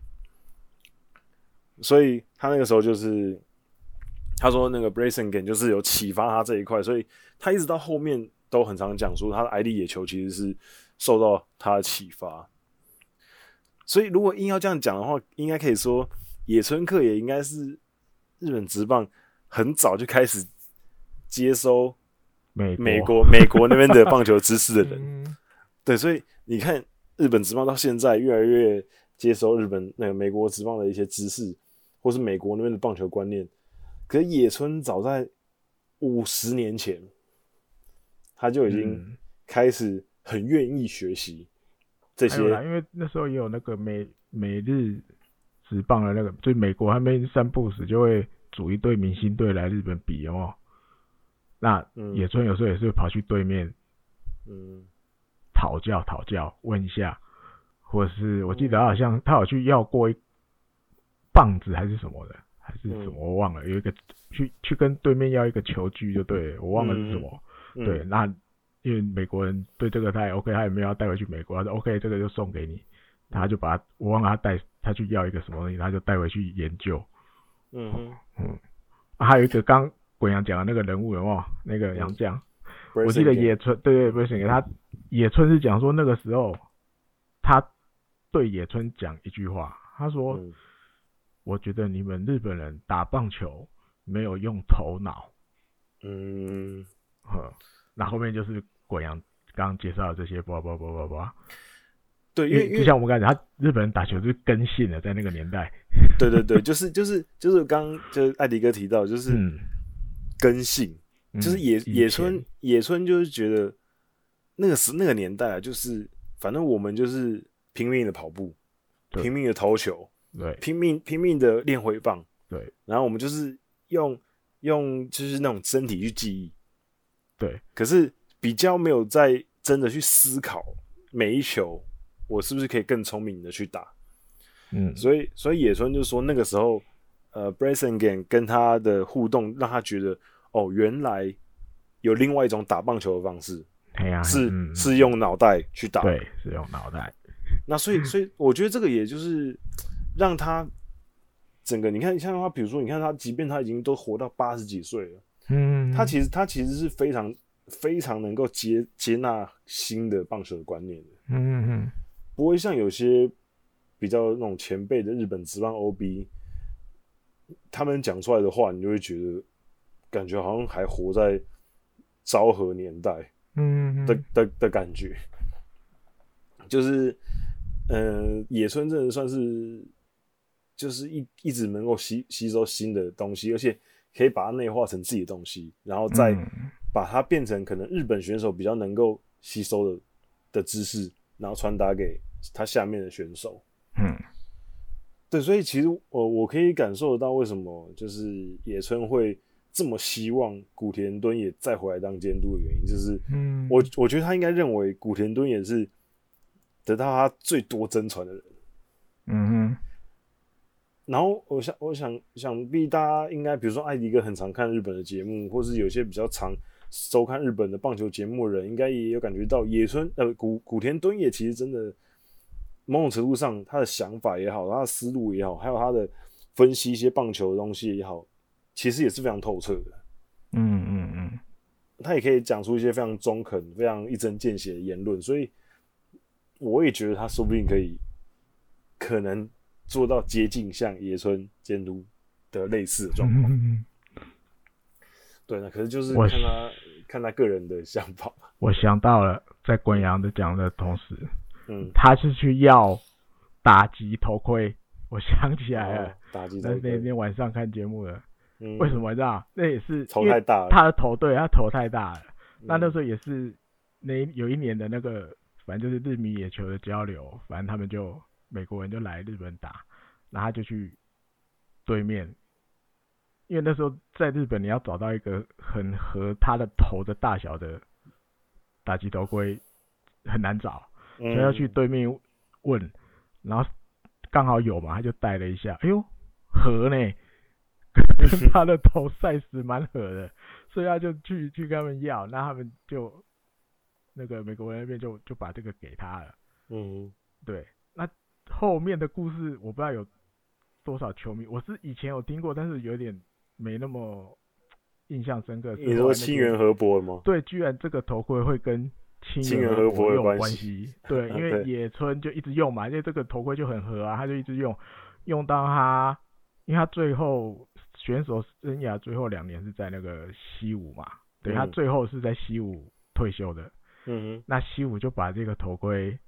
所以他那个时候就是他说那个 Brasingen 就是有启发他这一块，所以他一直到后面都很常讲说他的 ID 野球其实是受到他的启发。所以如果硬要这样讲的话，应该可以说野村克也应该是日本职棒很早就开始接收美美国国 美国那边的棒球知识的人。嗯对，所以你看日本职棒到现在越来越接收日本那个美国职棒的一些知识，或是美国那边的棒球观念。可是野村早在五十年前，他就已经嗯开始很愿意学习这还些有啦，因为那时候也有那个美美日职棒的那个，就是美国他们散步时就会组一队明星队来日本比，有没有？那嗯野村有时候也是跑去对面嗯讨教讨教，问一下，或者是我记嗯得他好像他有去要过一棒子还是什么的，还是嗯什么我忘了，有一个去去跟对面要一个球具就对了，我忘了是什么。嗯对，那因为美国人对这个他也 OK，他也没有要带回去美国，他说 OK 这个就送给你，他就把我忘了他带他去要一个什么东西，他就带回去研究。嗯哼啊还有一个刚滚阳讲的那个人物有没有？那个嗯杨绛， ，Brexit 我记得 game 野村，对对，不是他野村是讲说那个时候他对野村讲一句话，他说、嗯我觉得你们日本人打棒球没有用头脑。嗯，呵，那后面就是果阳刚刚介绍的这些，叭叭叭叭叭，对，因因为为因就为像我们刚才讲，他日本人打球是根性的，在那个年代，对对对，就是就是就是刚就是艾迪哥提到，就是嗯，根性，嗯就是野野以前村野村就是觉得那个时那个年代啊，就是反正我们就是拼命的跑步，对拼命的投球，对拼命拼命的练回棒，对然后我们就是用用就是那种身体去记忆，对，可是比较没有在真的去思考每一球我是不是可以更聪明的去打，嗯，所以所以野村就说那个时候，呃 b r a s e n g a n 跟他的互动让他觉得哦，原来有另外一种打棒球的方式，哎呀，是、嗯是啊用脑袋去打，对，是用脑袋，那所以，所以我觉得这个也就是让他整个，你看，像他，比如说，你看他，即便他已经都活到八十几岁了，嗯，他其实他其实是非常非常能够接接纳新的棒球的观念的，嗯，嗯不会像有些比较那种前辈的日本职棒 OB，他们讲出来的话，你就会觉得感觉好像还活在昭和年代。嗯，嗯的的的感觉，就是，呃，野村真的算是，就是一一直能够吸吸收新的东西，而且可以把它内化成自己的东西，然后再嗯把它变成可能日本选手比较能够吸收的的知识，然后传达给他下面的选手。嗯对，所以其实我我可以感受得到为什么就是野村会这么希望古田敦也再回来当监督的原因，就是嗯，我我觉得他应该认为古田敦也是得到他最多真传的人。嗯嗯然后我想，我想想必大家应该，比如说艾迪哥很常看日本的节目，或是有些比较常收看日本的棒球节目的人，应该也有感觉到野村呃古古田敦也其实真的某种程度上，他的想法也好，他的思路也好，还有他的分析一些棒球的东西也好，其实也是非常透彻的。嗯嗯嗯，他也可以讲出一些非常中肯、非常一针见血的言论，所以我也觉得他说不定可以，可能做到接近像野村监督的类似的状嗯况。嗯嗯对，那可是就是我看他看他个人的想法。 我想到了，在滚阳的讲的同时，嗯，他是去要打击头盔，我想起来哦了，打击那才那天晚上看节目了。嗯为什么你知道？那也是头因为太大了他的头对，他头太大了。那那时候候也是那一有一年的那个，反正就是日米野球的交流，反正他们就美国人就来日本打，然后他就去对面，因为那时候在日本你要找到一个很合他的头的大小的打击头盔很难找，嗯所以要去对面问，然后刚好有嘛，他就带了一下，哎呦，合呢， 跟他的头 size 蛮合的，所以他就去去跟他们要，那他们就那个美国人那边就就把这个给他了。嗯对，那后面的故事我不知道有多少球迷，我是以前有听过，但是有点没那么印象深刻。嗯，是你后说来那清边源河伯吗？对，居然这个头盔会跟亲人人和和佛佛有有关关系 系。对，因对为野村就一直用嘛，因为这个头盔就很合啊，他就一直用，用到他，因为他最后选手生涯最后两年是在那个西武嘛，对、他嗯最后是在西武退休的，嗯那西武就把这个头盔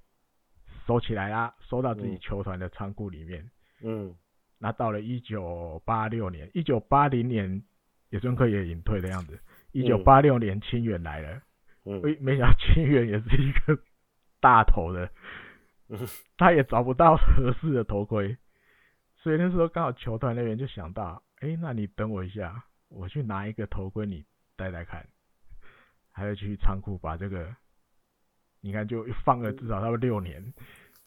收起来啦，收到自己嗯球团的仓库里面。哼嗯那到了一九八六年，一九八零年野村克也隐退的样子，一九八六年清远来了。嗯没没想到清源也是一个大头的嗯，他也找不到合适的头盔，所以那时候刚好球团那边就想到，哎、那你等我一下，我去拿一个头盔你戴戴看，还要去仓库把这个，你看就放了至少他们六年，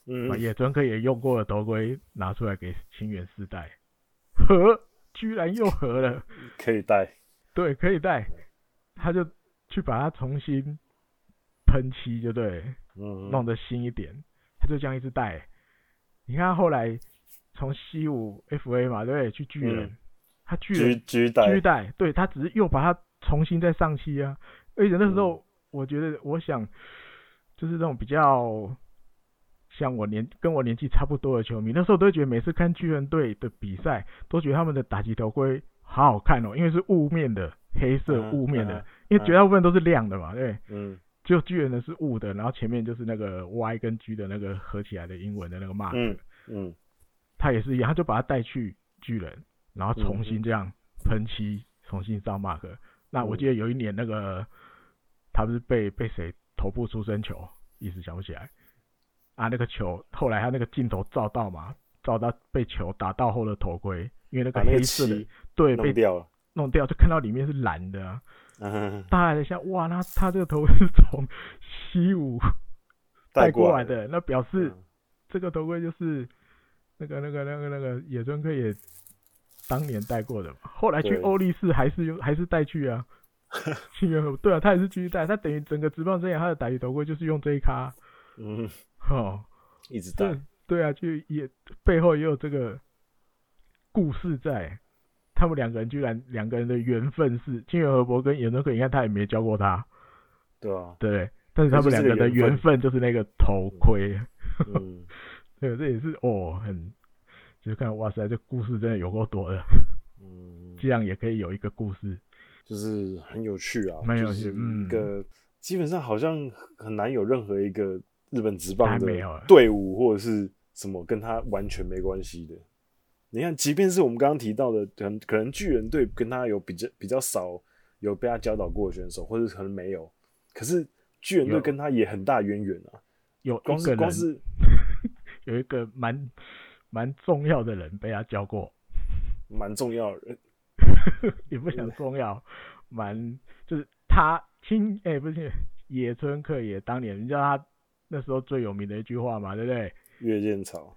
嗯把，野村克也用过的头盔拿出来给清源试 戴，合，居然又合了。可以带。对，可以带，他就去把它重新喷漆，就对了，嗯，弄得新一点，他就这样一直带。你看他后来从西武 FA 嘛，对不对？去巨人，嗯他巨人居居带巨带，对他只是又把它重新再上漆啊。而且那时嗯候我觉得，我想就是那种比较像我年跟我年纪差不多的球迷，那时候都会觉得每次看巨人队的比赛，都觉得他们的打击头盔好好看哦，因为是雾面的，黑色嗯雾面的，嗯因为绝大部分都是亮的嘛，对。嗯只有巨人的是雾的，然后前面就是那个 Y 跟 G 的那个合起来的英文的那个 mark，、嗯嗯他也是一样，他就把他带去巨人，然后重新这样喷漆，重新上 mark。那我记得有一年那个他不是被被谁头部出生球，一时想不起来啊。那个球后来他那个镜头照到嘛，照到被球打到后的头盔，因为那个把那个黑色 的漆对弄被掉了，弄掉，就看到里面是蓝的、啊。 嗯，大家一下，哇，那他这个头盔是从西武带过来的，那表示嗯这个头盔就是那个那个那个那个野村克也当年戴过的嘛，后来去对欧力士还是有还是带去 啊，新元和对啊，他也是继续戴，他等于整个职棒生涯他的打击头盔就是用这一咖， 嗯，哦，一直带这，对啊，就也背后也有这个故事在。他们两个人居然两个人的缘分是清源和博跟野村克，你看他也没教过他，对 啊，对，但是他们两个的缘分就是那个头盔，嗯，对，这也是哦，很就是看哇塞，这故事真的有够多的，嗯，这样也可以有一个故事，就是很有趣啊，蛮有就趣是嗯一个基本上好像很难有任何一个日本职棒还的没有啊队伍或者是什么跟他完全没关系的。你看，即便是我们刚刚提到的，可能可能巨人队跟他有比较比较少有被他教导过的选手，或者可能没有，可是巨人队有跟他也很大渊源啊。有光一个是光人是有一个蛮蛮重要的人被他教过，蛮重要的人，也不想重要，蛮就是他亲哎、不是野村克也当年，你知道他那时候最有名的一句话嘛，对不对？月见草，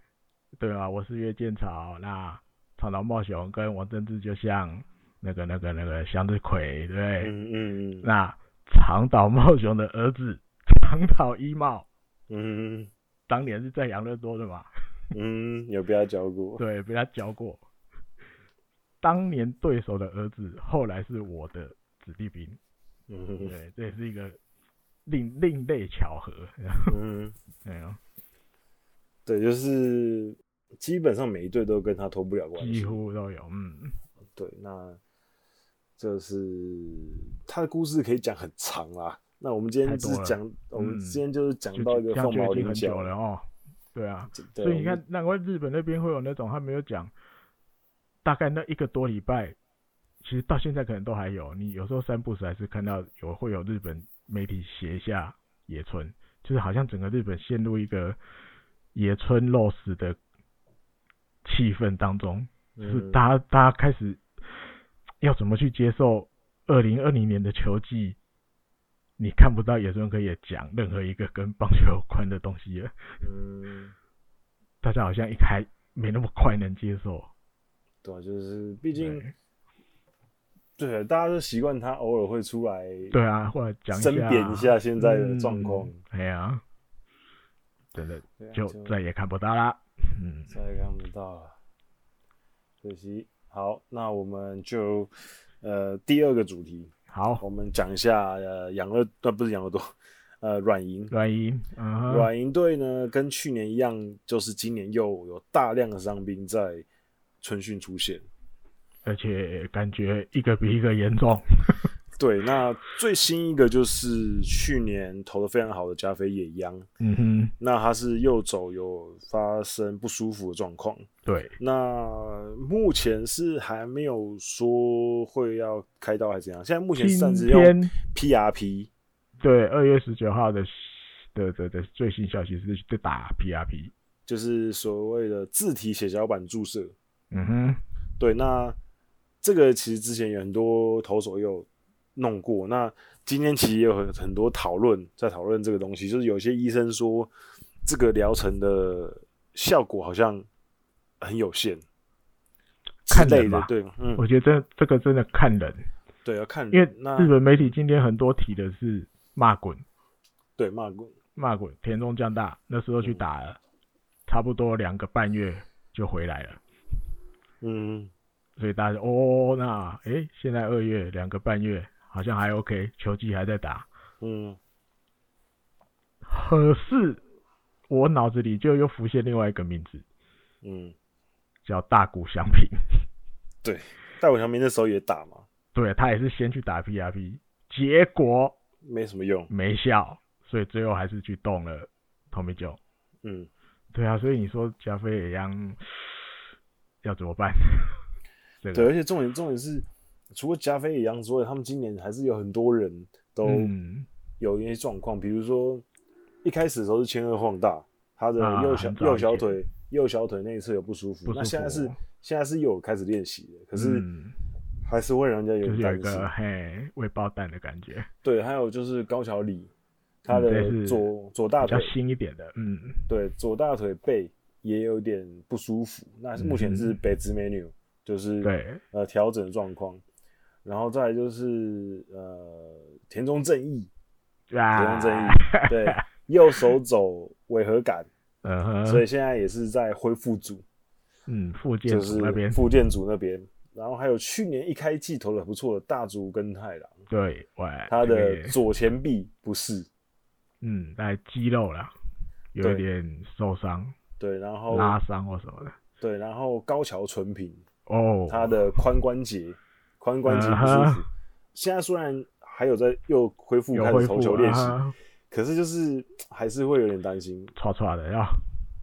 对啊，我是岳建潮，那草堂茂雄跟王贞治就像那个那个那个向日葵，对不对？嗯嗯嗯那长岛茂雄的儿子长岛一茂，嗯当年是在养乐多的嘛，嗯，有被他教过，对，被他教过。当年对手的儿子，后来是我的子弟兵，嗯嗯对，这也是一个另另类巧合。 嗯。哎呀，对，就是基本上每一队都跟他脱不了关系几。乎都有，嗯，对，那这是他的故事可以讲很长啦。那我们今天太只多了讲，我们嗯今天就是讲就到一这个样凤毛就已经麟很角久了。哦。对啊，对，所以我你们看，，难怪日本那边会有那种他没有讲，大概那一个多礼拜，其实到现在可能都还有。你有时候三不时还是看到有会有日本媒体写一下野村，就是好像整个日本陷入一个野村 loss 的气氛当中，就是嗯大家大家开始要怎么去接受二零二零年的球季。你看不到野村可以讲任何一个跟棒球有关的东西了，嗯，大家好像一开没那么快能接受。对啊，就是毕竟对对大家都习惯他偶尔会出来对啊，或者讲争辩一下现在的状况嗯。哎呀，真的对啊就就再也看不到啦。嗯，再也看不到了，可惜。好，那我们就呃第二个主题，好，我们讲一下呃养乐，呃不是养乐多，呃软银。阮英，嗯哼，软银队呢跟去年一样，就是今年又有大量的伤兵在春训出现。而且感觉一个比一个严重。对，那最新一个就是去年投的非常好的加菲野央，嗯哼，那他是右肘有发生不舒服的状况，对，那目前是还没有说会要开刀还是怎样，现在目前暂时今用天 PRP，对二月十九号的的的的最新消息是在打 PRP。就是所谓的自体血小板注射。嗯哼，对，那这个其实之前有很多投手也有弄过，那今天其实也有很很多讨论在讨论这个东西，就是有些医生说这个疗程的效果好像很有限之看类人的吧，对，嗯，我觉得这这个真的看人，对，要看人，因为那日本媒体今天很多提的是骂滚，对，骂过骂滚田中将大，那时候嗯去打了，差不多两个半月就回来了，嗯，所以大家就哦，那诶，现在二月两个半月好像还 OK，球季还在打，嗯，可是我脑子里就又浮现另外一个名字，嗯，叫大谷翔平， 戴伟强明那时候也打嘛，对他也是先去打 PRP，结果没什么用，没效，所以最后还是去动了 Tommy j o 嗯，对啊，所以你说加菲也一样要怎么办？ 这对，个而且重点重点是，除了加菲野洋之外，他们今年还是有很多人都嗯，有一些状况，比如说一开始的时候是前额晃大，他的啊右小、很早右小以前腿右小腿那一侧有不舒服，不舒服哦那现在是现在是有开始练习的，可是嗯还是会让人家有就是点有一担心。个嘿未爆弹的感觉，对，还有就是高桥里，他嗯这的是左左大比较腿新一点的，嗯，对左大腿背也有点不舒服，那目前是嗯北直 menu，、就是对，呃调整状况，然后再来就是呃田中正义，田啊中正义， 对右手肘违和感，嗯哼，所以现在也是在恢复组，嗯，附件就是组那边，复健组那边，然后还有去年一开季投的不错的大竹跟太郎，对，喂，他这的个左前臂不适，嗯，在肌肉啦，有对哦一点受伤、对，然后拉伤或什么的，对，然后高桥纯平哦，他的髋关节髋关节不舒嗯服哼，现在虽然还有在又恢复有开恢始投球复练习，啊，可是就是哎还是会有点担心。唰唰的要，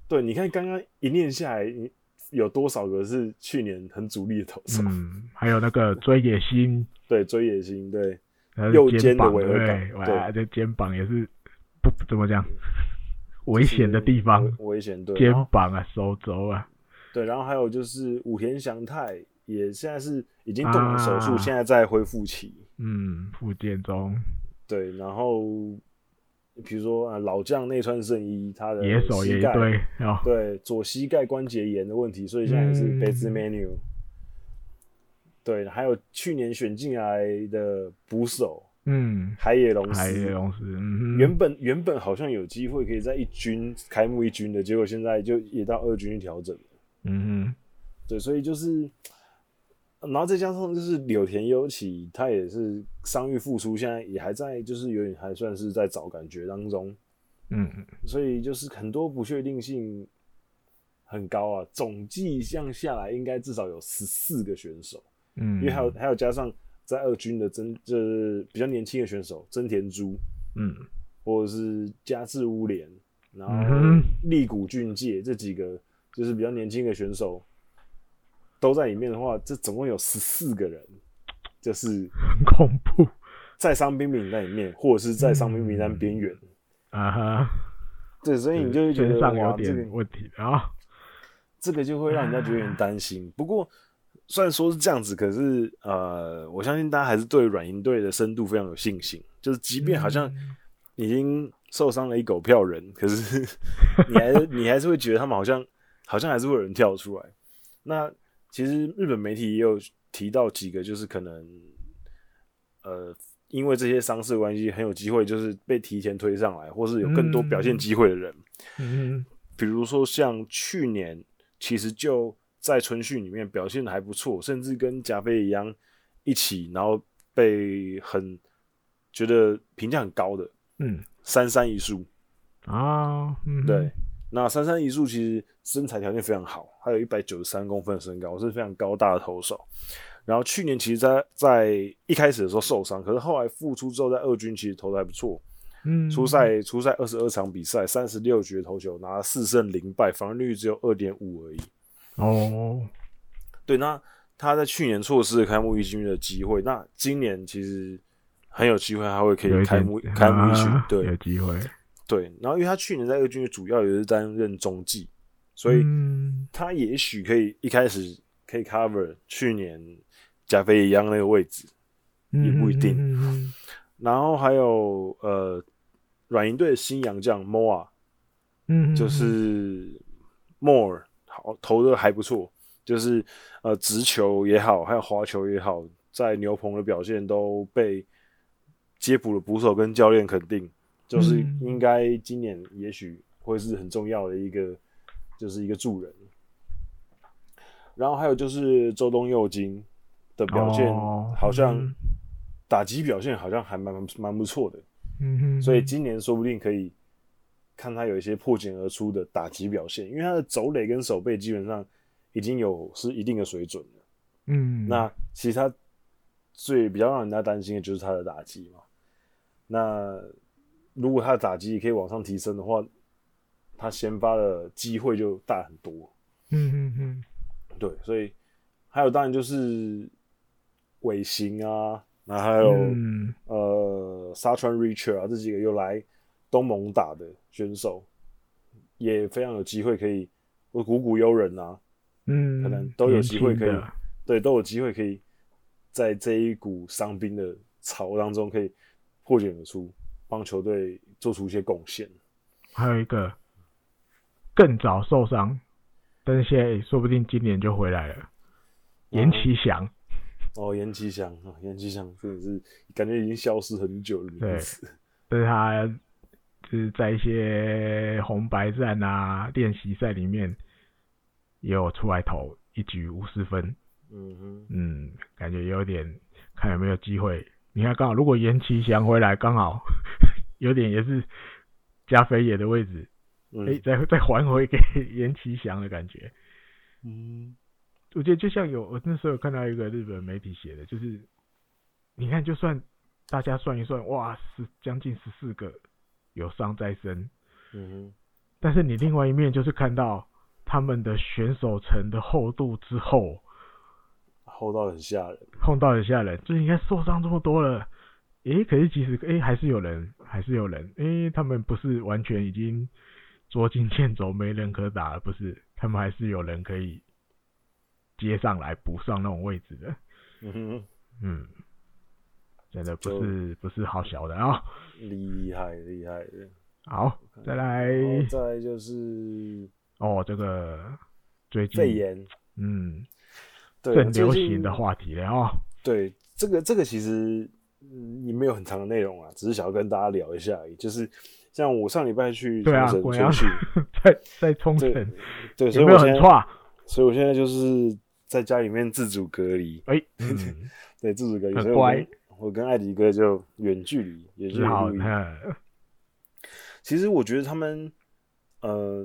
对，你看刚刚一念下来，你有多少个是去年很主力的投手？嗯，还有那个追野心。对，追野星，对，然后右肩肩的膀违和对感不对对哇，这肩膀也是不怎么讲，危险的地方，危危险，对，肩然后膀啊、手肘啊，对，然后还有就是武田祥太也现在是已经动完手术，啊现在在恢复期。嗯，附件中对，然后比如说啊，老将内川圣一，他的野手也哦膝一盖堆，然后对左膝盖关节炎的问题，所以现在也是嗯 base menu。对，还有去年选进来的捕手嗯，海野龙还有司，龙石，嗯原哼，本原本好像有机会可以在一军开幕一军的，结果现在就也到二军去调整了。嗯对，所以就是，然后再加上就是柳田优起，他也是伤愈复出，现在也还在，就是有点还算是在找感觉当中，哼，嗯，所以就是很多不确定性很高啊。总计这样下来，应该至少有十四个选手，嗯，因为还有还有加上在二军的真就是比较年轻的选手真田猪，嗯，或者是加治屋莲，然后嗯立谷俊介这几个就是比较年轻的选手都在里面的话，这总共有十四个人，就是很恐怖在伤兵名单里面，或者是在伤兵名单边缘。啊哈，对，所以你就会觉身得上哇有，这个点问题，啊然后这个就会让人家觉得有点担心。不过虽然说是这样子，可是呃，我相信大家还是对软银队的深度非常有信心。就是即便好像已经受伤了一狗票人，可是你还是你还是会觉得他们好像好像还是会有人跳出来。那其实日本媒体也有提到几个，就是可能呃，因为这些伤势的关系，很有机会就是被提前推上来，或是有更多表现机会的人。嗯哼，比如说像去年，其实就在春训里面表现的还不错，甚至跟贾飞一样一起，然后被很觉得评价很高的嗯三三一树。啊，嗯哼对，，那三三一树其实身材条件非常好，他有一百九十三公分的身高，是非常高大的投手。然后去年其实在在一开始的时候受伤，可是后来复出之后，在二军其实投的还不错，嗯，初赛初赛二十二场比赛，三十六局的投球，拿四胜零败，防御率只有二点五而已。哦，对，那他在去年错失了开幕一军的机会，那今年其实很有机会，他会可有以一开点幕开幕一军啊。有对机会，对，然后因为他去年在二军主要也是担任中继，所以嗯他也许可以一开始可以 cover 去年加菲一样那个位置。也不一定嗯嗯嗯嗯然后还有呃，软银队的新洋将 Moa 嗯，就嗯是 More 好投的还不错，就是呃直球也好，还有滑球也好，在牛棚的表现都被接捕的捕手跟教练肯定，就是嗯应该今年也许会是很重要的一个，就是一个助人。然后还有就是周东佑京的表现，哦好像、嗯打击表现好像还蛮蛮蛮不错的，嗯哼，所以今年说不定可以看他有一些破茧而出的打击表现，因为他的走垒跟手背基本上已经有是一定的水准了。嗯，那其实他最比较让人家担心的就是他的打击嘛。那如果他的打击也可以往上提升的话，他先发的机会就大很多。嗯嗯嗯对，所以还有当然就是尾行啊，那还有、嗯呃沙川 Richard 啊这几个有来东盟打的选手，也非常有机会可以，我鼓鼓悠人啊，嗯，可能都有机会可以年轻的对，都有机会可以在这一股伤兵的潮当中可以破茧而出，帮球队做出一些贡献。还有一个更早受伤，但是现在说不定今年就回来了。严其祥，嗯哦，严吉祥啊，严吉祥真的是感觉已经消失很久的名字。但是他就是在一些红白战啊、练习赛里面也有出来投一局无失分，嗯哼，嗯，感觉有点看有没有机会。你看，刚好如果严其祥回来，刚好 有点也是加菲野的位置，嗯哎、再再还回给 严其祥的感觉。嗯我觉得就像有我那时候有看到一个日本媒体写的，就是你看，就算大家算一算，哇，十将近十四个有伤在身，嗯哼，但是你另外一面就是看到他们的选手层的厚度之后，厚到很吓人。碰到一下人，就应该受伤这么多了，诶，可是其实诶还是有人，还是有人，诶，他们不是完全已经捉襟见肘，没人可打了，不是，他们还是有人可以接上来补上那种位置的。嗯哼，嗯，真的不就是不是好小的啊、厉害厉害的。好，再来然后再来就是哦，这个最近肺炎，嗯对，正流最近行的话题了啊、 对，这个这个其实嗯也没有很长的内容啊，只是想要跟大家聊一下而已。就是像我上礼拜去对啊冲绳果出然去， 在在冲绳对对，所以有没有我很现在，差？所以我现在就是在家里面自主隔离， 哎、嗯，对，自主隔离，很所以我乖跟我跟艾迪哥就远距离，远距只离好录音。嗯其实我觉得他们呃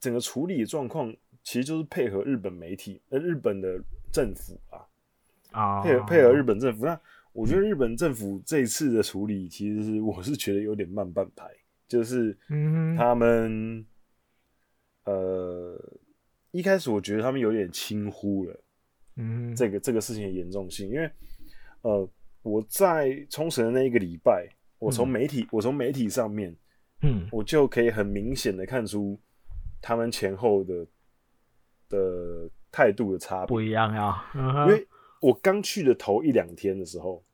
整个处理状况，其实就是配合日本媒体，呃，日本的政府啊， 啊，配合配合日本政府。那我觉得日本政府这一次的处理，其实是 我是觉得有点慢半拍，就是嗯哼，他们、呃一开始我觉得他们有点轻忽了嗯哼这个这个事情的严重性，因为呃我在冲绳的那一个礼拜，我从嗯媒体、我从媒体上面嗯我就可以很明显的看出他们前后的的态度的差别。不一样啊呀，因因为我刚去的头一两天的时候，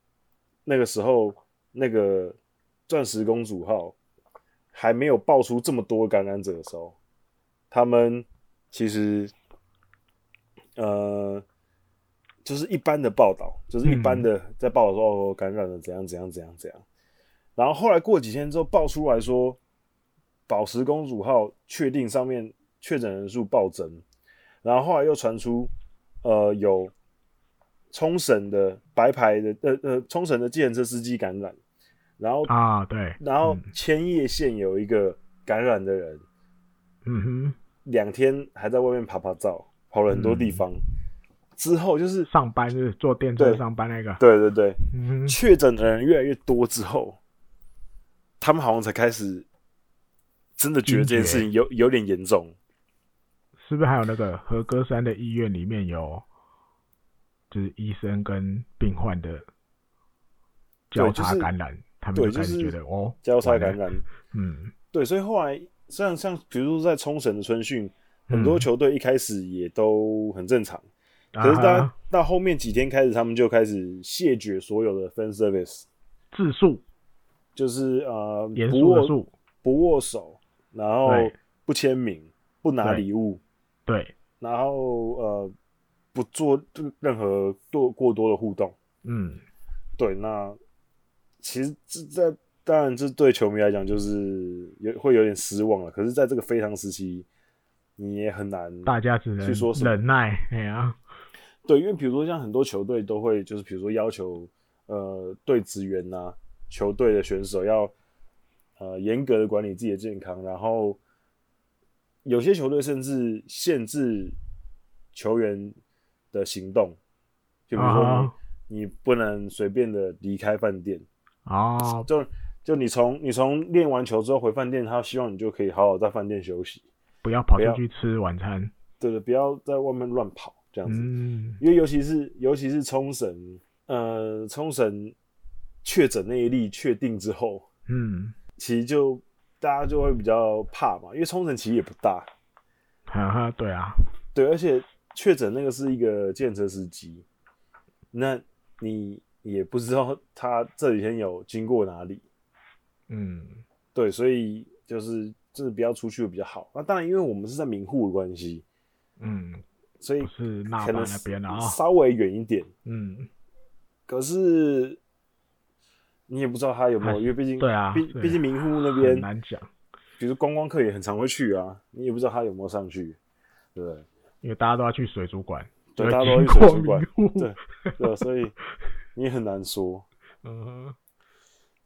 那个时候那个钻石公主号还没有爆出这么多感染者的时候，他们其实呃，就是一般的报道，就是一般的在报道说、哦感染了怎样怎样怎样怎样，然后后来过几天之后爆出来说，宝石公主号确定上面确诊人数暴增，然后后来又传出呃有冲绳的白牌的呃呃冲绳的计程车司机感染，然后啊，对，然后嗯千叶县有一个感染的人，嗯两天还在外面爬爬照，跑了很多地方。之后就是哼，，上班就是坐电车对上班那个，对对对，嗯哼，确诊的人越来越多之后，他们好像才开始真的觉得这件事情有有点严重。是不是还有那个和歌山的医院里面有，就是医生跟病患的交对就叉是感染，他们对就开始就是觉得哦，交叉完了感，染，嗯，对，所以后来像像比如说在冲绳的春训，很多嗯球队一开始也都很正常，啊可是到、哈到后面几天开始，他们就开始谢绝所有的 fan service，自述就是呃严不肃的握述，不握手，然后对不签名，不拿对礼物，对，然后呃不做任何多过多的互动。嗯对，那其实这在当然这对球迷来讲就是有会有点失望了。可是，在这个非常时期，你也很难大家只能去说什么忍耐，哎呀，对，因为比如说像很多球队都会就是比如说要求呃队职员呐、球队的选手要呃严格的管理自己的健康，然后有些球队甚至限制球员的行动，就比如说你,、啊你不能随便的离开饭店，哦，就就你从你从练完球之后回饭店，他希望你就可以好好在饭店休息，不要跑不要出去吃晚餐，对对，不要在外面乱跑这样子。嗯，因为尤其是尤其是冲绳，呃，冲绳确诊那一例确定之后，嗯，其实就大家就会比较怕嘛，因为冲绳其实也不大，哈哈，对啊，对，而且确诊那个是一个建车司机，那你也不知道他这几天有经过哪里，嗯，对，所以就是就是不要出去比较好。那当然，因为我们是在名护的关系，嗯，所以不是那可巴能那边啊，稍微远一点，嗯，可是你也不知道他有没有，哎因为毕竟对啊毕对毕竟明户那很边，难讲，比如观光客也很常会去啊，你也不知道他有没有上去，对不对？因为大家都要去水族馆，对，就大家都会会经去水过族馆迷，路对，对，啊所以你也很难说，嗯，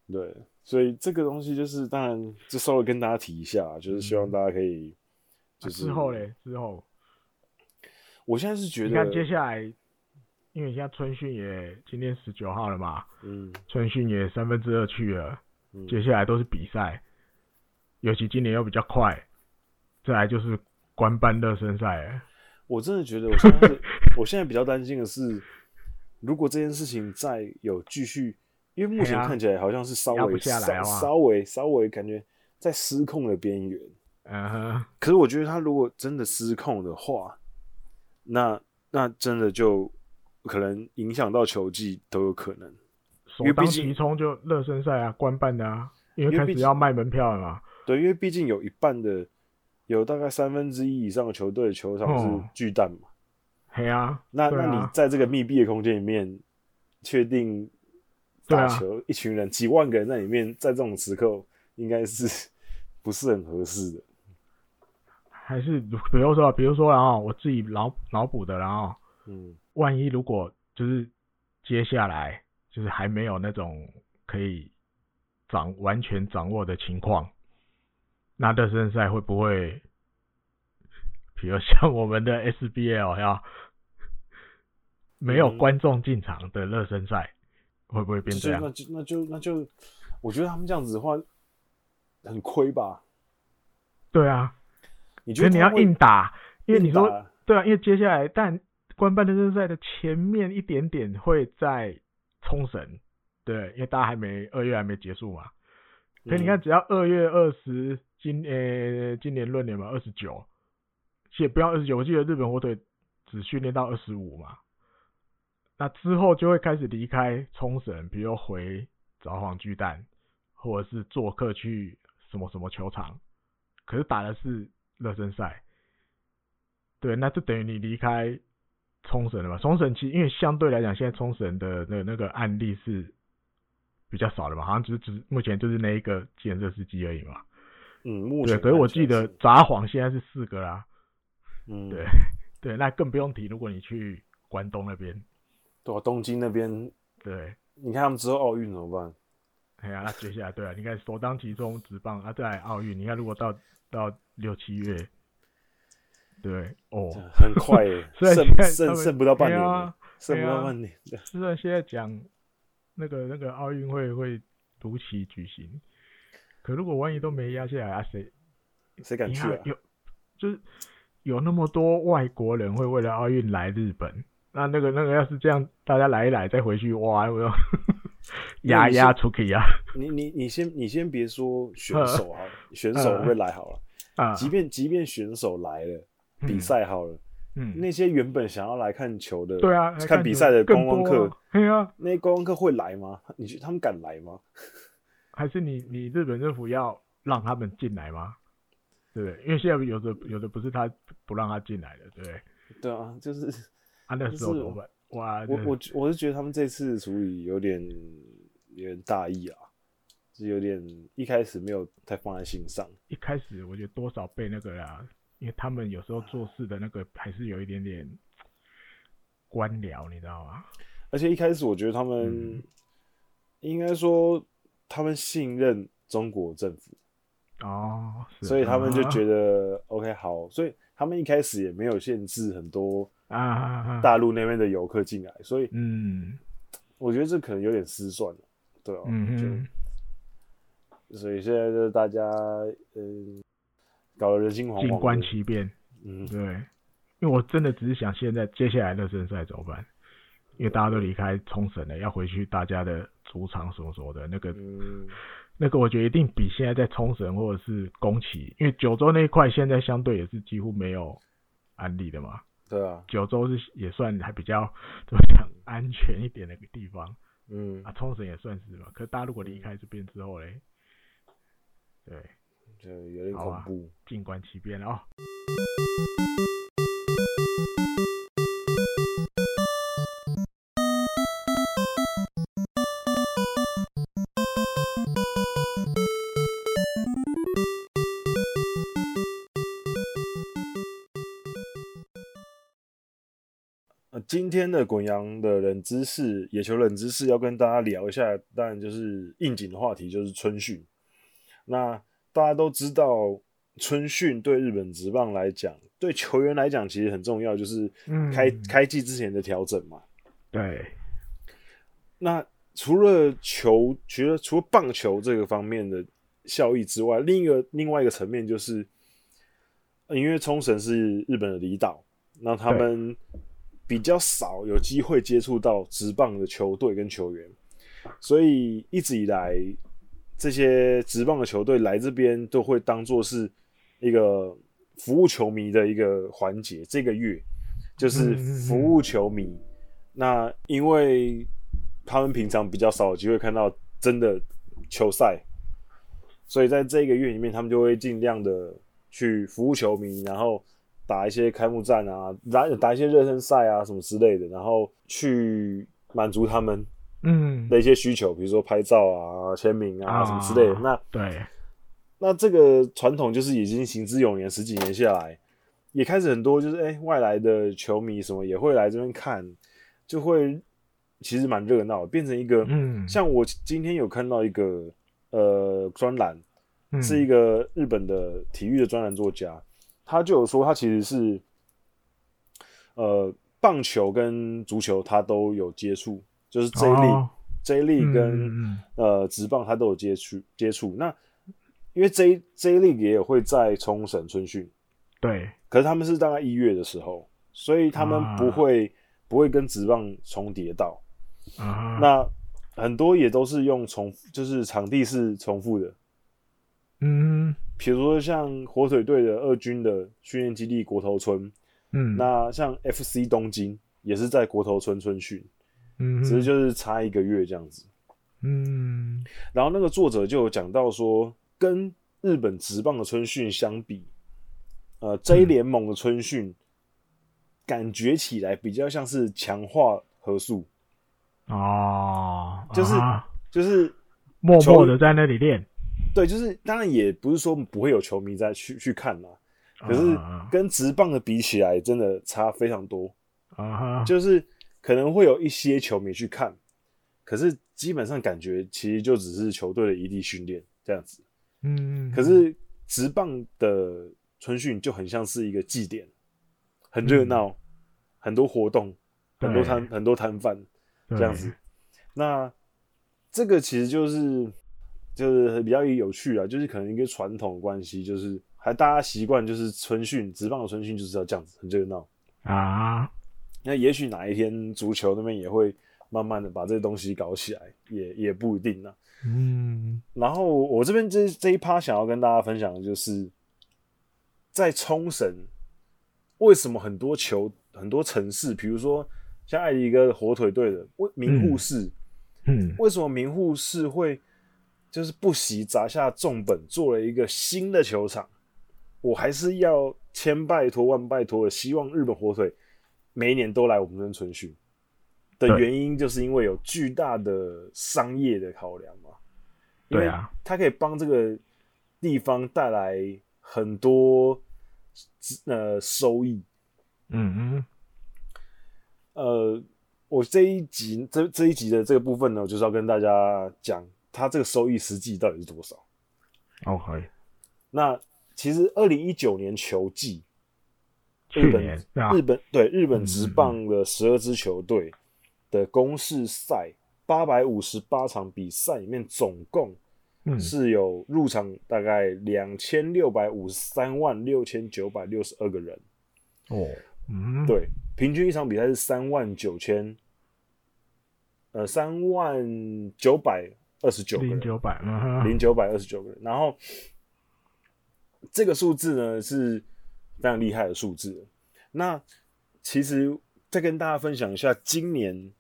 对，所以这个东西就是，当然就稍微跟大家提一下，啊就是希望大家可以，嗯啊就是之后，嘞，之后，我现在是觉你得看，接下来，因为你现在春训也今天十九号了嘛，嗯，春训也三分之二去了，嗯接下来都是比赛，尤其今年又比较快，再来就是官办热身赛了，我真的觉得我现 在是，我现在比较担心的是，如果这件事情再有继续，因为目前哎呀看起来好像是稍压不微下来稍啊稍微稍微感觉在失控的边缘。嗯哼，可是我觉得他如果真的失控的话，那那真的就可能影响到球技都有可能。首因为毕当竟其冲就热身赛啊，官办的啊，因为因为开毕始竟要卖门票了嘛，对，因为毕竟有一半的有大概三分之一以上的球队的球场是哦巨蛋嘛，嘿啊，那、对那你啊，在这个密闭的空间里面，确定打对啊球、一群人几万个人在里面，在这种时刻应该是 不是很合适的？还是比如说，比如说然后我自己脑脑补的然啊后。嗯，万一如果就是接下来就是还没有那种可以掌完全掌握的情况，那热身赛会不会，比如像我们的 SBL 要没有嗯观众进场的热身赛，会不会变这就样那？就那就那就，我觉得他们这样子的话很亏吧？对啊，你觉所得以你他要会硬打，因为你硬打说对啊，因为接下来但官办热身赛的前面一点点会在冲绳，对，因为大家还没二月还没结束嘛。可是你看，嗯只要二月二十今呃今年闰年嘛，二十九，也不要二十九，我记得日本火腿只训练到二十五嘛。那之后就会开始离开冲绳，比如回札幌巨蛋，或者是做客去什么什么球场。可是打的是热身赛，对，那就等于你离开冲绳了嘛？冲绳其实因为相对来讲，现在冲绳的那那个案例是比较少的嘛，好像只只目前就是那一个计程车司机而已嘛。嗯，目对，前可是我看起记来得是札幌现在是四个啦，嗯，对对，那更不用提，如果你去关东那边，对啊，东京那边，对，你看他们之后奥运怎么办？哎呀，那接下来对啊，你看首当其冲直棒啊，再来奥运，你看如果到到六七月，对哦，很快耶 虽然剩现在他剩们剩不到半年对耶啊，剩不对到啊半年。虽然现在讲那个那个奥运会会如期举行，可如果万一都没压下来啊，谁谁敢你去看啊？有就是有那么多外国人会为了奥运来日本，那那个那个要是这样，大家来一来再回去，哇，我要 压压出去啊呀你你你先你先别说选手好了，选手会不会来好了？啊！即便即便选手来了，嗯比赛好了，嗯，那些原本想要来看球的，对啊，来看比赛的观光更多客啊，，对啊，那些观光客会来吗？ 你觉得他们敢来吗？还是你你日本政府要让他们进来吗？对不对？因为现在有的有的不是他不让他进来的，对不对？对啊，就是啊，那就时候是怎么办？哇，我真的我我是觉得他们这次处理有点有点大意啊。是有点一开始没有太放在心上。一开始我觉得多少被那个啦，因为他们有时候做事的那个还是有一点点官僚，你知道吗？而且一开始我觉得他嗯们、应该说他们信任中国政府，哦，是所以他们就觉得得、OK 好，所以他们一开始也没有限制很多啊啊啊啊大陆那边的游客进来，所以嗯我觉得这可能有点失算了，对啊，嗯嗯就所以现在就是大家嗯搞得人心惶惶的，静观其变，嗯，对，因为我真的只是想现在接下来热身赛怎么办，因为大家都离开冲绳了，要回去大家的主场什么什么的，那个嗯，那个我觉得一定比现在在冲绳或者是宫崎，因为九州那一块现在相对也是几乎没有案例的嘛。对啊，九州是也算还比较怎么讲安全一点的地方嗯啊，，冲绳也算是吧。可大陆我离开这边之后嘞，对，就有点好恐啊怖，静观其变了哦。呃，今天的滚羊的冷知识，野球冷知识要跟大家聊一下，当然就是应景的话题，就是春训。那大家都知道，春训对日本职棒来讲，对球员来讲其实很重要，就是嗯开、开季之前的调整嘛。对，那除了球，除了除了棒球这个方面的效益之外，另一个另外一个层面就是，呃因为冲绳是日本的离岛，那他们比较少有机会接触到职棒的球队跟球员，所以一直以来这些职棒的球队来这边都会当做是一个服务球迷的一个环节。这个月就是服务球迷，那因为他们平常比较少有机会看到真的球赛，所以在这个月里面，他们就会尽量的去服务球迷，然后打一些开幕战啊，打打一些热身赛啊什么之类的，然后去满足他们嗯，的一些需求，比如说拍照啊、签名啊啊什么之类的。那对，那这个传统就是已经行之有年，十几年下来，也开始很多就是哎、诶外来的球迷什么也会来这边看，就会其实蛮热闹的，变成一个、嗯，像我今天有看到一个呃专栏，嗯是一个日本的体育的专栏作家，他就有说他其实是呃棒球跟足球他都有接触，就是 J 哦 League、J League 跟、嗯嗯呃职棒他都有接触接触。那因为 J J League 也有会在冲绳春训，对，可是他们是大概一月的时候，所以他们啊不会、不会跟职棒重叠到。啊，那很多也都是用重，就是场地是重复的，嗯比如说像火腿队的二军的训练基地国头村，嗯，那像 FC 东京也是在国头村春训，嗯只是就是差一个月这样子。嗯然后那个作者就有讲到说，跟日本职棒的春训相比，呃，J 联盟的春训感觉起来比较像是强化合宿，哦，就是啊就是默球默员的在那里练，对，就是当然也不是说不会有球迷在去去看啦，可是啊跟职棒的比起来，真的差非常多。啊哈，就是可能会有一些球迷去看，可是基本上感觉其实就只是球队的异地训练这样子。嗯，可是职棒的春训就很像是一个祭典，很热闹，很多活动，嗯对很多摊很多摊贩这这样子。那这个其实就是就是比较有趣啊，就是可能一个传统的关系，就是还大家习惯就是春训，职棒的春训就是要这样子，很热闹。啊，那也许哪一天足球那边也会慢慢的把这东西搞起来，也也不一定呢、嗯然后我这边这这一趴想要跟大家分享的就是，在冲绳，为什么很多球很多城市，比如说像艾迪哥的火腿队的为名护士，嗯为什么名护士会就是不惜砸下重本做了一个新的球场？我还是要千拜托万拜托的，希望日本火腿每一年都来我们这边春训的对原因，就是因为有巨大的商业的考量嘛。因对为啊，它可以帮这个地方带来很多呃收益。嗯嗯，呃，我这一集这这一集的这个部分呢，我就是要跟大家讲它这个收益实际到底是多少。 ，OK，那其实二零一九年球季，日去本年对吧日？本对日本嗯职嗯嗯棒的十二支球队的公式赛八百五十八场比赛里面，总共嗯，是有入场大概两千六百五十三万六千九百六十二个人，哦，嗯，对，平均一场比赛是三万九千，呃，三万九百二十九个零人，九百，嗯哼，零九百二十九个人。然后这个数字呢是非常厉害的数字。那其实再跟大家分享一下，今年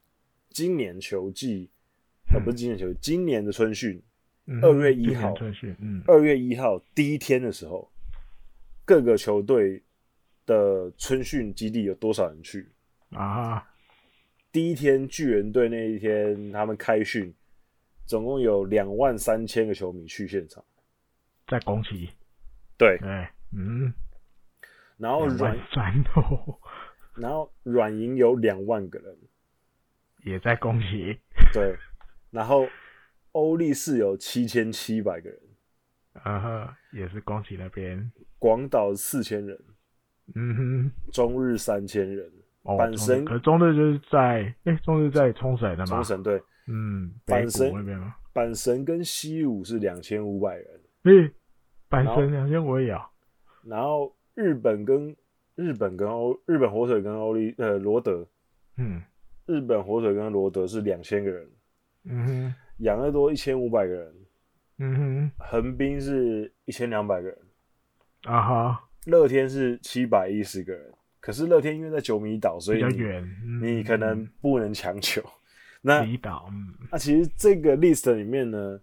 今年球季，呃，嗯不是今年球季，今年的春训，嗯2月1今年号春训，嗯，二月一号第一天的时候，各个球队的春训基地有多少人去？啊，第一天巨人队那一天，他们开训，总共有两万三千个球迷去现场。在宫崎，对，对，嗯，然后两软万三哦，然后软银有两万个人，也在宫崎对，然后欧力士有七千七百个人，啊哈，也是宫崎那边，广岛四千人，嗯中日三千人，哼，哦，阪中神日可是中日就是在，哎，中日在冲绳的嘛，冲，绳队，嗯，阪北神谷那边吗？阪神跟西武是两千五百人，诶，阪然后神两千我也有，然后日本跟日本跟欧日本火腿跟欧力呃罗德，嗯日本火腿跟罗德是两千个人，嗯哼养乐多一千五百个人，嗯横滨是一千两百个人，哼，啊哈，乐天是七百一十个人。可是乐天因为在九米岛，所比以较你远，嗯你可能不能强求。 那离岛，嗯那其实这个 list 里面呢，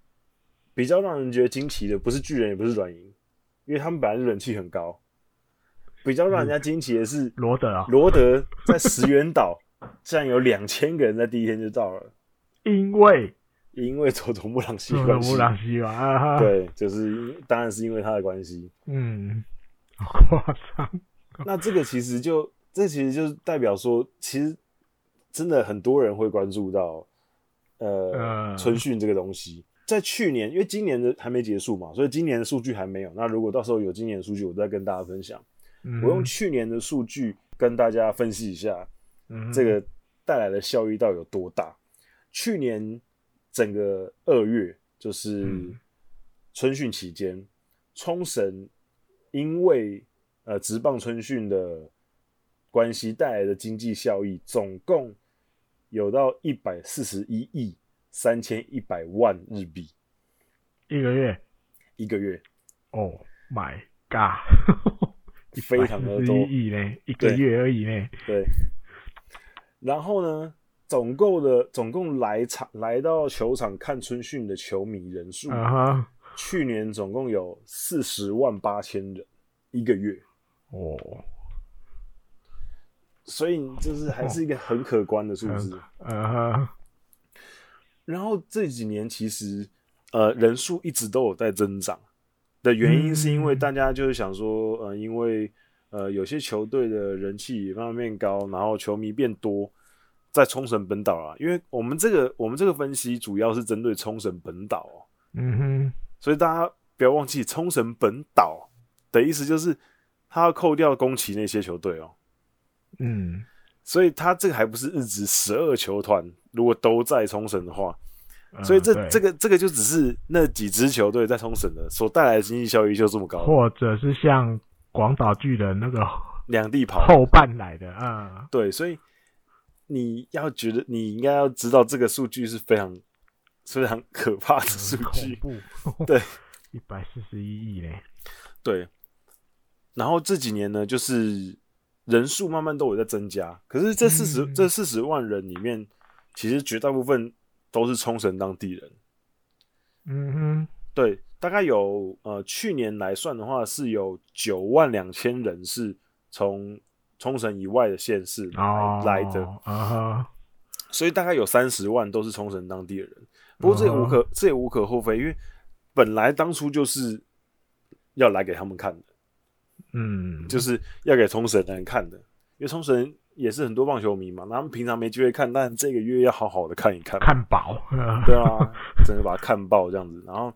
比较让人觉得惊奇的不是巨人，也不是软银，因为他们本来就人气很高。比较让人家嗯惊奇的是，罗德啊，罗德在石原岛竟然有两千个人在第一天就到了，因为因为佐藤布朗西是关系乌。朗西吧，啊哈，，对，就是因当然是因为他的关系。嗯， 好夸张， 那这个其实就这其实就是代表说，其实真的很多人会关注到呃嗯春训这个东西。在去年，因为今年的还没结束嘛，所以今年的数据还没有。那如果到时候有今年的数据，我再跟大家分享。嗯我用去年的数据跟大家分析一下嗯这个带来的效益到底有多大。去年整个二月就是嗯春训期间，冲绳因为呃职棒春训的关系带来的经济效益，总共有到一百四十一亿三千一百万日币一个月，一个月，哦，My God， 非常的多。一亿呢，一个月而已呢，对，然后呢，总共的总共来场来到球场看春训的球迷人数，啊哈，去年总共有四十万八千人一个月，哦，所以就是还是一个很可观的数字。啊哈，然后这几年其实呃人数一直都有在增长的原因，是因为嗯大家就是想说，呃，因为呃有些球队的人气也慢慢变高，然后球迷变多，在冲绳本岛啊，因为我们这个我们这个分析主要是针对冲绳本岛、哦，嗯哼，所以大家不要忘记冲绳本岛的意思就是他要扣掉宫崎那些球队哦。嗯，所以他这个还不是日职十二球团，如果都在冲绳的话，呃所以这对这个这个就只是那几支球队在冲绳的所带来的经济效益就这么高，或者是像广岛巨人那个两地跑。后半来的啊，对，所以你要觉得你应该要知道这个数据是非常是非常可怕的数据。恐怖，对， 一百四十一亿呢，对，然后这几年呢，就是人数慢慢都有在增加，可是这四十、嗯这四十万人里面，其实绝大部分都是冲绳当地人。嗯对，大概有呃，去年来算的话，是有九万两千人是从冲绳以外的县市哼，来、哦，来的，啊哈，所以大概有三十万都是冲绳当地的人。不过这也无可、这也无可厚非，因为本来当初就是要来给他们看的，嗯，就是要给冲绳人看的，因为冲绳也是很多棒球迷嘛，那他们平常没机会看，但这个月要好好的看一看。看饱， 对啊，整个把它看爆这样子。然后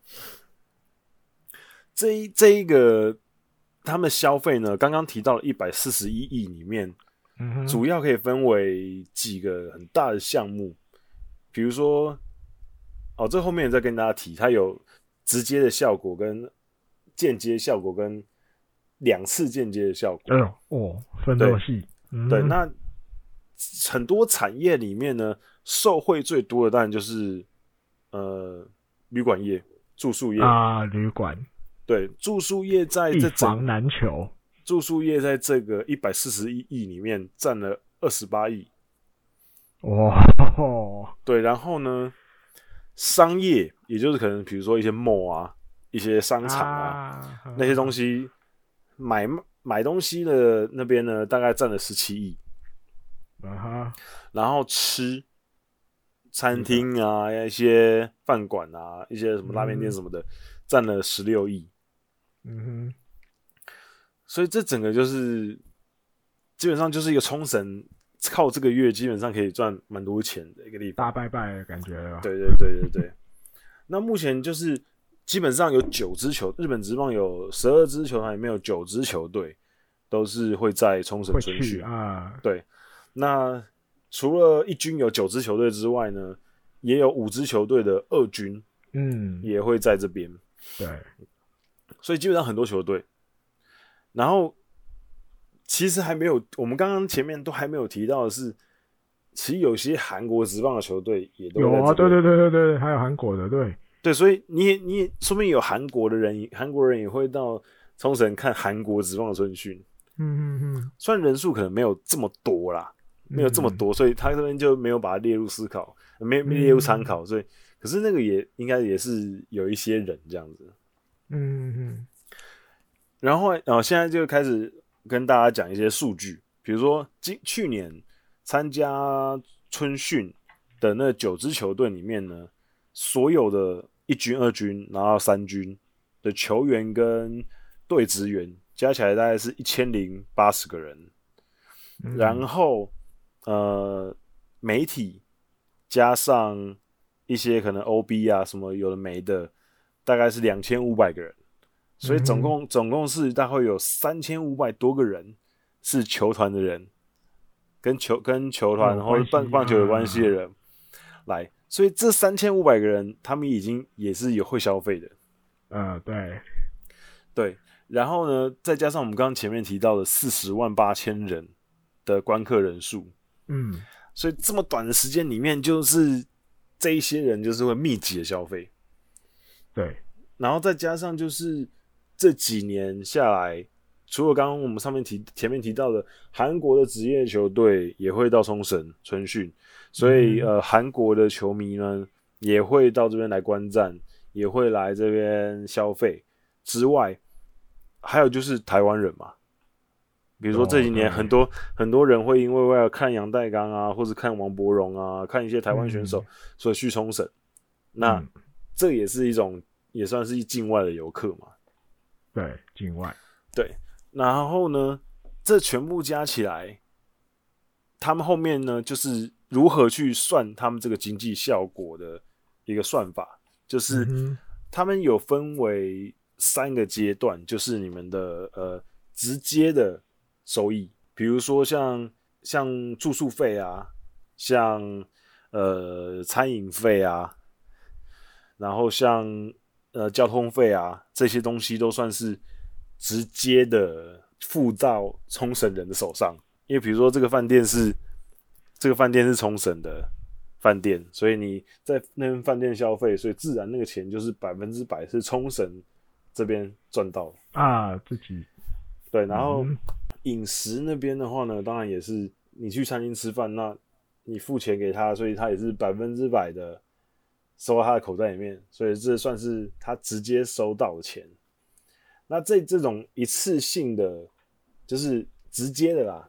这一这一个他们消费呢，刚刚提到了一百四十一亿里面，嗯哼主要可以分为几个很大的项目，比如说，哦，这后面再跟大家提，它有直接的效果跟间接效果跟两次间接的效果。哎呦，哦，分这么细，嗯对，那很多产业里面呢，受惠最多的当然就是呃旅馆业、住宿业。啊，旅馆对，住宿业在一哎这房整难求，住宿业在这个一百四十一亿里面占了二十八亿。哇、哦，对，然后呢，商业也就是可能比如说一些 mall 啊、一些商场啊啊那些东西，买买东西的那边呢，大概占了十七亿。啊哈，然后吃餐嗯厅啊、一些饭馆啊、一些什么拉面店什么的，占、了十六亿。嗯所以这整个就是基本上就是一个冲绳靠这个月基本上可以赚蛮多钱的一个地哼，方。大拜拜的感觉哦了，，对对对对对。那目前就是基本上有九支球，日本职棒有十二支球队，里面有九支球队都是会在冲绳会春训去啊，对，那除了一军有九支球队之外呢，也有五支球队的二军嗯，也会在这边，对，所以基本上很多球队。然后其实还没有，我们刚刚前面都还没有提到的是，其实有些韩国职棒的球队也都有在啊，这对边对对对对，还有韩国的，对，对，所以你也你也说不定有韩国的人，韩国人也会到冲绳看韩国职棒的春训，嗯嗯嗯，虽然人数可能没有这么多啦，没有这么多，所以他这边就没有把它列入思考，没没列入参考，所以可是那个也应该也是有一些人这样子。嗯，嗯嗯然后呃，现在就开始跟大家讲一些数据，比如说今去年参加春训的那九支球队里面呢，所有的一军、二军，然后三军的球员跟队职员加起来大概是一千零八十个人，嗯，然后呃，媒体加上一些可能 OB 啊什么有的没的，大概是两千五百个人，所以嗯总共、总共是大概有三千五百多个人是球团的人，跟球跟球团有或者关棒系棒球有啊关系的人、来，所以这三千五百个人他们已经也是有会消费的，呃，对，对，然后呢，再加上我们刚刚前面提到的四十万八千人的观客人数，嗯，所以这么短的时间里面，就是这一些人就是会密集的消费，对，然后再加上就是这几年下来，除了刚刚我们上面提前面提到的韩国的职业球队也会到冲绳春训，所以、嗯呃韩国的球迷呢也会到这边来观战，也会来这边消费之外，还有就是台湾人嘛。比如说这几年哦对很多、很多人会因为为了看杨代刚啊，或者看王柏荣啊，看一些台湾选手，所以去冲绳。那、嗯这也是一种，也算是境外的游客嘛。对，境外，对，然后呢，这全部加起来，他们后面呢，就是如何去算他们这个经济效果的一个算法，就是嗯哼他们有分为三个阶段，就是你们的呃直接的收益，比如说像像住宿费啊，像呃餐饮费啊，然后像呃交通费啊这些东西都算是直接的付到冲绳人的手上，因为比如说这个饭店是这个饭店是冲绳的饭店，所以你在那边饭店消费，所以自然那个钱就是百分之百是冲绳这边赚到的。啊，自己，对，然后嗯饮食那边的话呢，当然也是你去餐厅吃饭，那你付钱给他，所以他也是百分之百的收到他的口袋里面，所以这算是他直接收到的钱。那这这种一次性的，就是直接的啦，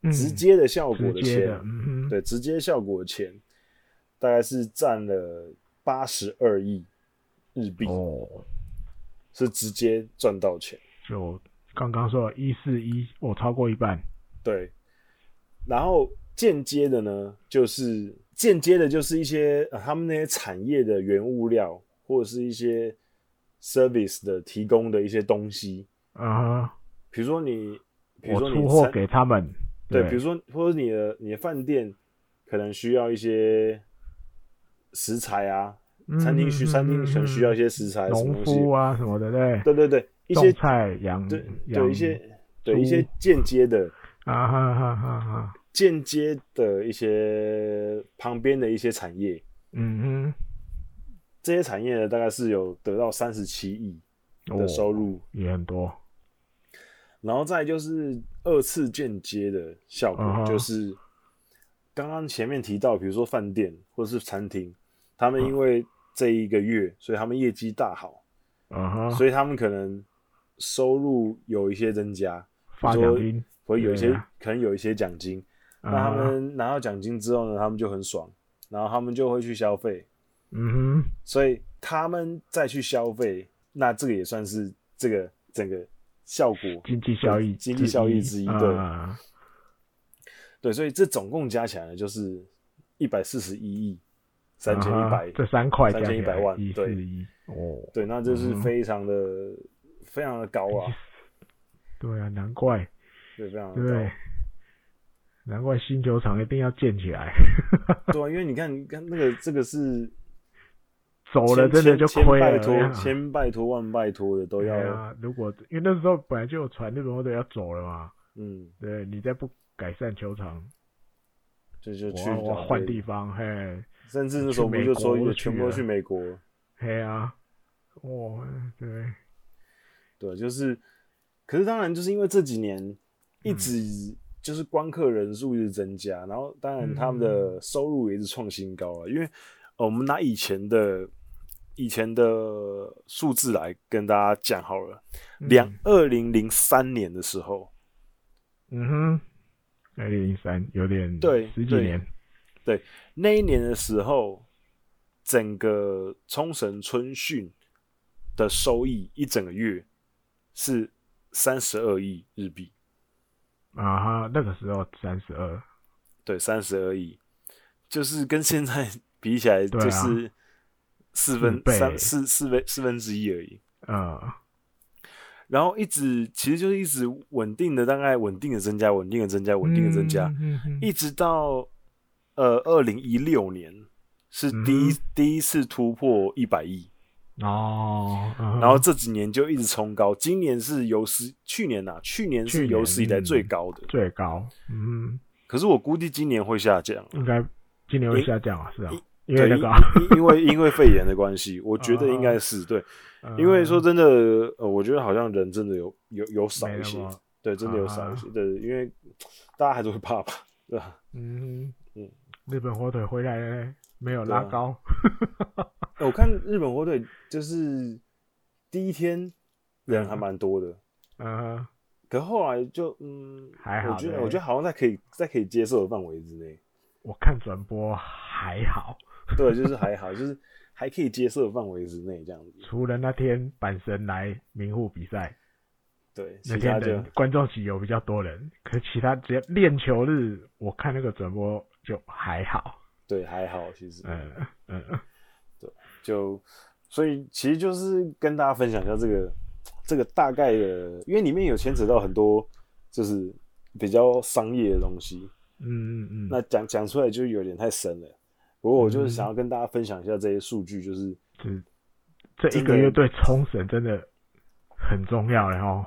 嗯直接的效果直的嗯接钱，的，嗯哼，对，直接效果的钱，大概是占了八十二亿日币，哦，是直接赚到钱。就刚刚说一四一，哦，超过一半，对，然后间接的呢，就是间接的，就是一些、呃他们那些产业的原物料，或者是一些 service 的提供的一些东西，啊、比如说你，比如我说你出货餐给他们，对，对比如说或者你的你的饭店可能需要一些食材啊，嗯餐厅需餐厅可能需要一些些食材什么嗯农东西夫，啊什么的，对，对对对，一种些菜养对养对一些对一些猪间接的。啊哈哈哈哈，间接的一些旁边的一些产业，嗯这些产业呢，大概是有得到三十七亿哼，的哦收入，也很多，然后再就是二次间接的效果，嗯哼就是刚刚前面提到，比如说饭店或是餐厅，他们因为这一个月，所以他们业绩大好，啊哈，所以他们可能收入有一些增加，发奖金，会有一些对啊可能有一些奖金。啊那他哈，们拿到奖金之后呢，他们就很爽，然后他们就会去消费，嗯哼，所以他们再去消费，那这个也算是这个整个效果。经济效益，经济效益之一对啊对，所以这总共加起来呢，就是一百四十一亿三千一啊哈百。这三块3100万一对四一，哦，对，那就是嗯非常的、非常的高啊，对啊，难怪，对，非常的对高。，难怪新球场一定要建起来，对啊，因为你看，你看那个这个是走了千真的就千亏拜了，托，对啊千拜托万拜托的都要，对啊，如果因为那时候本来就有传日本队要走了嘛，嗯，对，你再不改善球场，就就去我我找换别的地方，嘿，甚至那时候不去是就美国说就也去全部都了去美国，嘿啊，哇，对，对，就是，可是当然就是因为这几年一嗯直就是观客人数一直增加，然后当然他们嗯的收入也一直创新高了，因为、呃我们拿以前的以前的数字来跟大家讲好了，嗯两二零零三年的时候，嗯哼，二零零三有点对十几对年，那一年的时候，整个冲绳春训的收益一整个月是三十二亿日币，啊哈，那个时候三十二，对，三十而已，就是跟现在 比起来，对啊就是四分、倍欸三四四分四分之一而已。呃，然后一直其实就是一直稳定的，大概稳定的增加，稳定的增加，稳定的增加，嗯哼一直到呃二零一六年是第一、嗯第一次突破一百亿，哦，嗯哼然后这几年就一直冲高，今年是有史去年呐、啊去年去是年有史以来最嗯高的，最高，嗯可是我估计今年会下降。哼，应该今年会因下降啊，是啊，因对，为那因个啊， 嗯因因为因为肺炎的关系，我觉得应该是对，因为说真的，呃，我觉得好像人真的有有有少没一那些么，对，真的有少一些，对，因为大家还是会怕吧，对吧？嗯哼嗯日本火腿回来了，没有对啊拉高， 我看日本火腿就是第一天人还蛮多的，嗯哼。可后来就嗯，还好我觉得对我觉得好像在可以在可以接受的范围之内，我看转播还好，对，就是还好，就是还可以接受的范围之内这样子，除了那天阪神来名护比赛，对，那其他天就人观众席有比较多人，可其他只要练球日，我看那个转播就还好。对还好，其实，嗯嗯，就所以其实就是跟大家分享一下这个这个大概的，因为里面有牵扯到很多就是比较商业的东西，嗯嗯那嗯，讲讲出来就有点太深了。不过我就是想要跟大家分享一下这些数据，就是这一真个的月对冲绳真的很重要，哦然后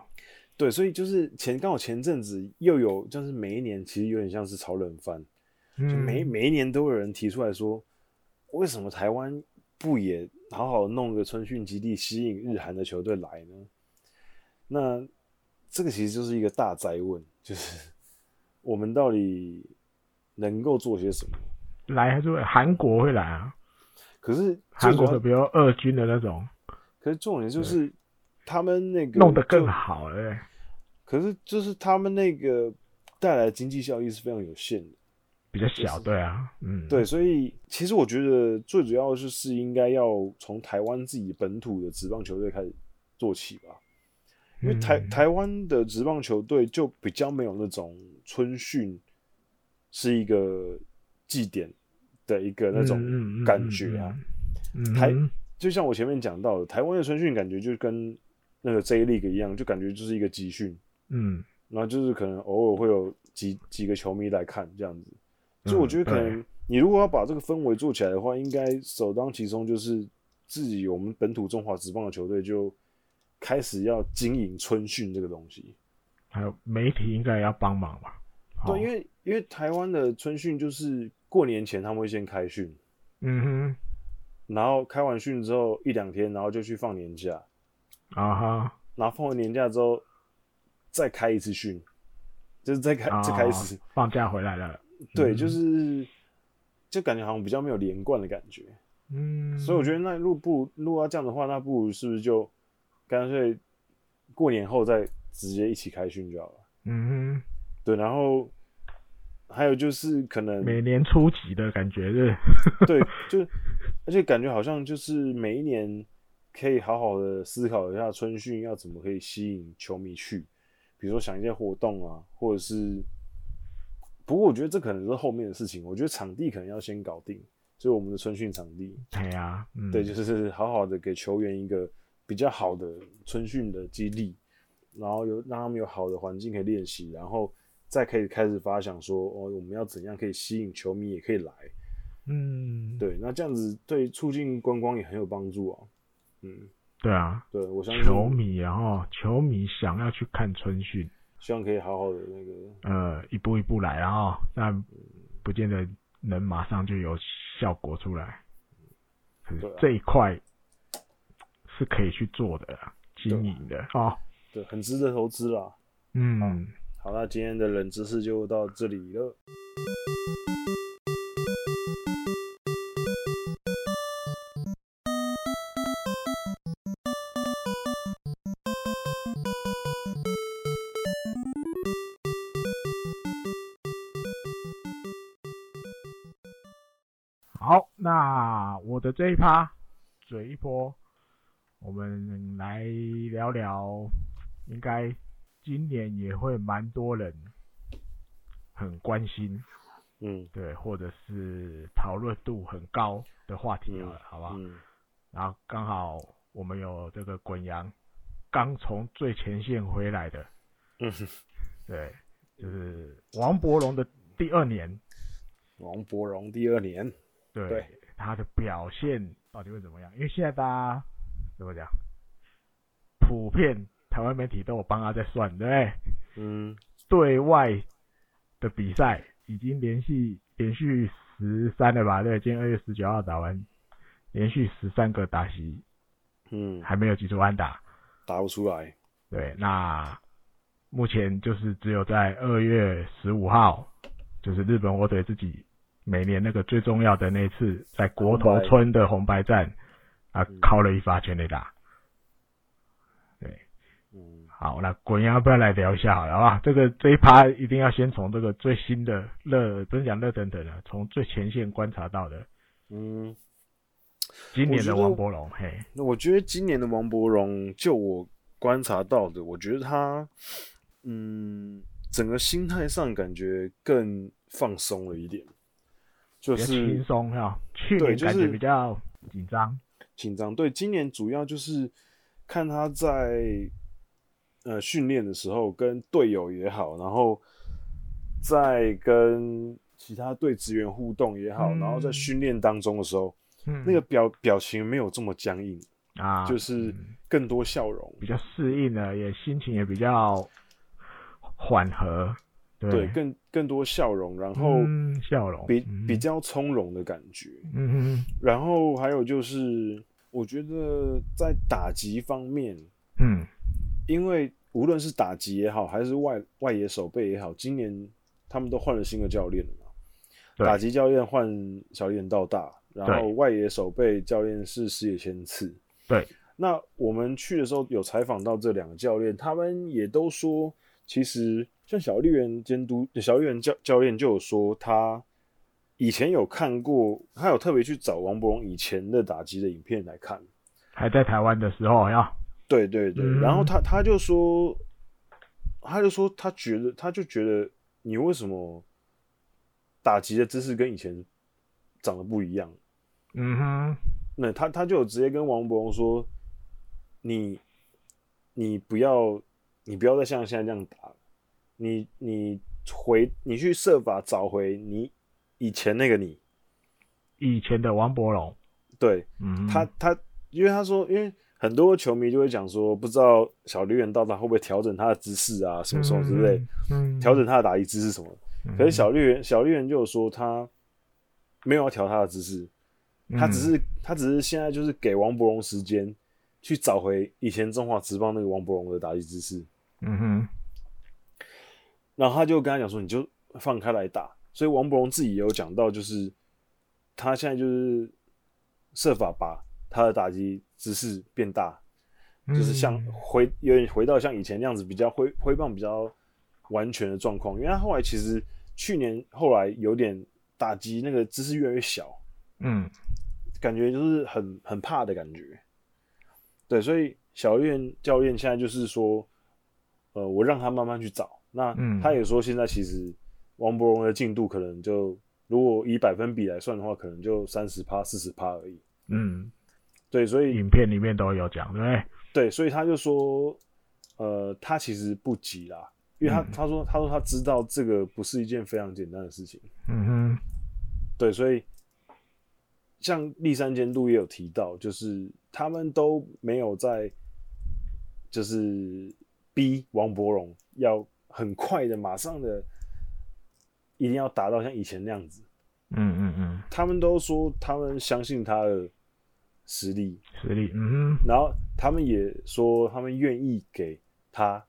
对，所以就是前刚好前阵子又有就是每一年其实有点像是炒冷饭，就嗯每每一年都有人提出来说，为什么台湾不也好好弄个春训基地，吸引日韩的球队来呢？那这个其实就是一个大灾问，就是 我们到底能够做些什么？来还是会韩国会来啊，可是最韩主国要会，比如二军的那种可是重点就是他们那个弄得更就。好了、欸可是就是他们那个带来的经济效益是非常有限的。比较小，对啊，嗯，对，所以其实我觉得最主要就是应该要从台湾自己本土的职棒球队开始做起吧，因为台、嗯台湾的职棒球队就比较没有那种春训是一个祭典的一个那种感觉啊，嗯，嗯台嗯就像我前面讲到的，台湾的春训感觉就跟那个 J League 一样，就感觉就是一个集训，嗯，然后就是可能偶尔会有几几个球迷来看这样子，所以我觉得嗯可能你如果要把这个氛围做起来的话，应该首当其冲就是自己我们本土中华职棒的球队就开始要经营春训这个东西。还有媒体应该也要帮忙吧？哦好对，因为因为台湾的春训就是过年前他们会先开训，嗯然后开完训之后一两天，然后就去放年假，哼，啊哈，然后放完年假之后再开一次训，就是再开、啊再开始，放假回来了，对，嗯就是就感觉好像比较没有连贯的感觉。嗯，所以我觉得那如果不如果要这样的话，那不如是不是就干脆过年后再直接一起开训就好了？嗯对，然后还有就是可哼，能每年初几的感觉是，对，就而且感觉好像就是每一年可以好好的思考一下春训要怎么可以吸引球迷去，比如说想一些活动啊，或者是。不过我觉得这可能是后面的事情，我觉得场地可能要先搞定，所以我们的春训场地，对啊，嗯，对，就是好好的给球员一个比较好的春训的激励，然后有让他们有好的环境可以练习，然后再可以开始发想说，哦，我们要怎样可以吸引球迷也可以来，嗯，对，那这样子对促进观光也很有帮助啊。嗯，对啊，对，我相球信，迷然后球迷想要去看春训，希望可以好好的那个，呃，一步一步来，然后但不见得能马上就有效果出来。可对啊是这一块是可以去做的啦，啊经营的哦。对，很值得投资啦。哦嗯，好，那今天的冷知识就到这里了。好，那我的这一趴嘴一波，我们来聊聊，应该今年也会蛮多人很关心，嗯，对，或者是讨论度很高的话题好了，好不好？嗯，然后刚好我们有这个滚阳刚从最前线回来的，嗯，对，就是王伯龙的第二年，王伯荣第二年，对对他的表现到底会怎么样？因为现在大家怎么讲，普遍台湾媒体都有帮他在算，对不对？嗯，对外的比赛已经连续连续十三了吧？对，今天二月十九号打完，连续十三个打席嗯，还没有击出安打，打不出来。对，那目前就是只有在二月十五号，就是日本火腿自己每年那个最重要的那一次，在国头村的红白战啊，嗯敲了一发全垒打。对，嗯，好，那滚要不要来聊一下好了，好吧？这个这一趴一定要先从这个最新的热，不是讲热腾腾的，从最前线观察到的嗯，今年的我觉得王伯龙，嘿，那我觉得今年的王伯荣，就我观察到的，我觉得他，嗯，整个心态上感觉更放松了一点，就比较是轻松哈。去对年就感觉是比较紧张，紧张。对，今年主要就是看他在呃训练的时候跟队友也好，然后在跟其他队职员互动也好，嗯然后在训练当中的时候，嗯，那个表表情没有这么僵硬，啊，就是更多笑容。比较适应了，也心情也比较缓和，对，对，更更多笑容，然后嗯笑容比嗯比较从容的感觉。嗯然后还有就是，我觉得在打击方面，嗯因为无论是打击也好，还是外外野手背也好，今年他们都换了新的教练了嘛。对打击教练换小野道大，然后对外野手背教练是石野千次。对，那我们去的时候有采访到这两个教练，他们也都说，其实像小笠原监督、小笠原教教练就有说，他以前有看过，他有特别去找王伯荣以前的打击的影片来看。还在台湾的时候呀，对对对，嗯然后他他就说，他就说他觉得他就觉得你为什么打击的姿势跟以前长得不一样？嗯哼，那他他就有直接跟王伯荣说，你你不要你不要再像现在这样打，你你回你去设法找回你以前那个你，以前的王伯荣，对，嗯，他他，因为他说，因为很多球迷就会讲说，不知道小笠原到他会不会调整他的姿势啊，什么什么之类，嗯，嗯嗯调整他的打击姿势什么的。可是小笠原小笠原就有说他没有要调他的姿势，他只嗯是他只是现在就是给王伯荣时间去找回以前中华职棒那个王伯荣的打击姿势，嗯哼，然后他就跟他讲说，你就放开来打。所以王伯荣自己也有讲到，就是他现在就是设法把他的打击姿势变大，就是像回有点回到像以前那样子比较挥挥棒比较完全的状况，因为他后来其实去年后来有点打击那个姿势越来越小，嗯感觉就是很很怕的感觉。对，所以小练教练现在就是说，呃，我让他慢慢去找。那嗯他也说，现在其实王伯荣的进度可能就如果以百分比来算的话，可能就三十趴、四十趴而已。嗯，对，所以影片里面都有讲，对不对？对，所以他就说，呃，他其实不急啦，因为他、嗯他说他说他知道这个不是一件非常简单的事情，嗯哼，对，所以像立山监督也有提到，就是他们都没有在就是逼王伯荣要很快的马上的一定要达到像以前那样子，嗯嗯嗯，他们都说他们相信他的实力，实力，嗯哼，然后他们也说，他们愿意给他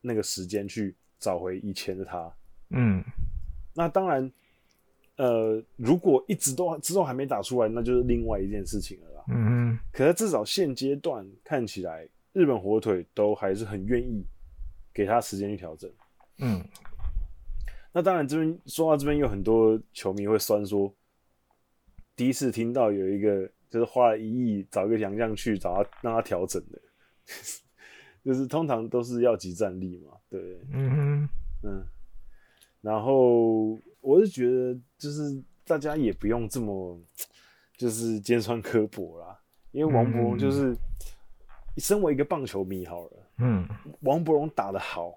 那个时间去找回以前的他。嗯那当然，呃，如果一直都之后还没打出来，那就是另外一件事情了啦。嗯哼，可是至少现阶段看起来，日本火腿都还是很愿意给他时间去调整。嗯那当然，这边说到这边，有很多球迷会酸说，第一次听到有一个就是花了一亿找一个洋将去找他让他调整的， 就是通常都是要集战力嘛，对不对？嗯哼，嗯，然后我是觉得就是大家也不用这么就是尖酸刻薄啦，因为王伯荣就是身为一个棒球迷好了，嗯王伯荣打得好，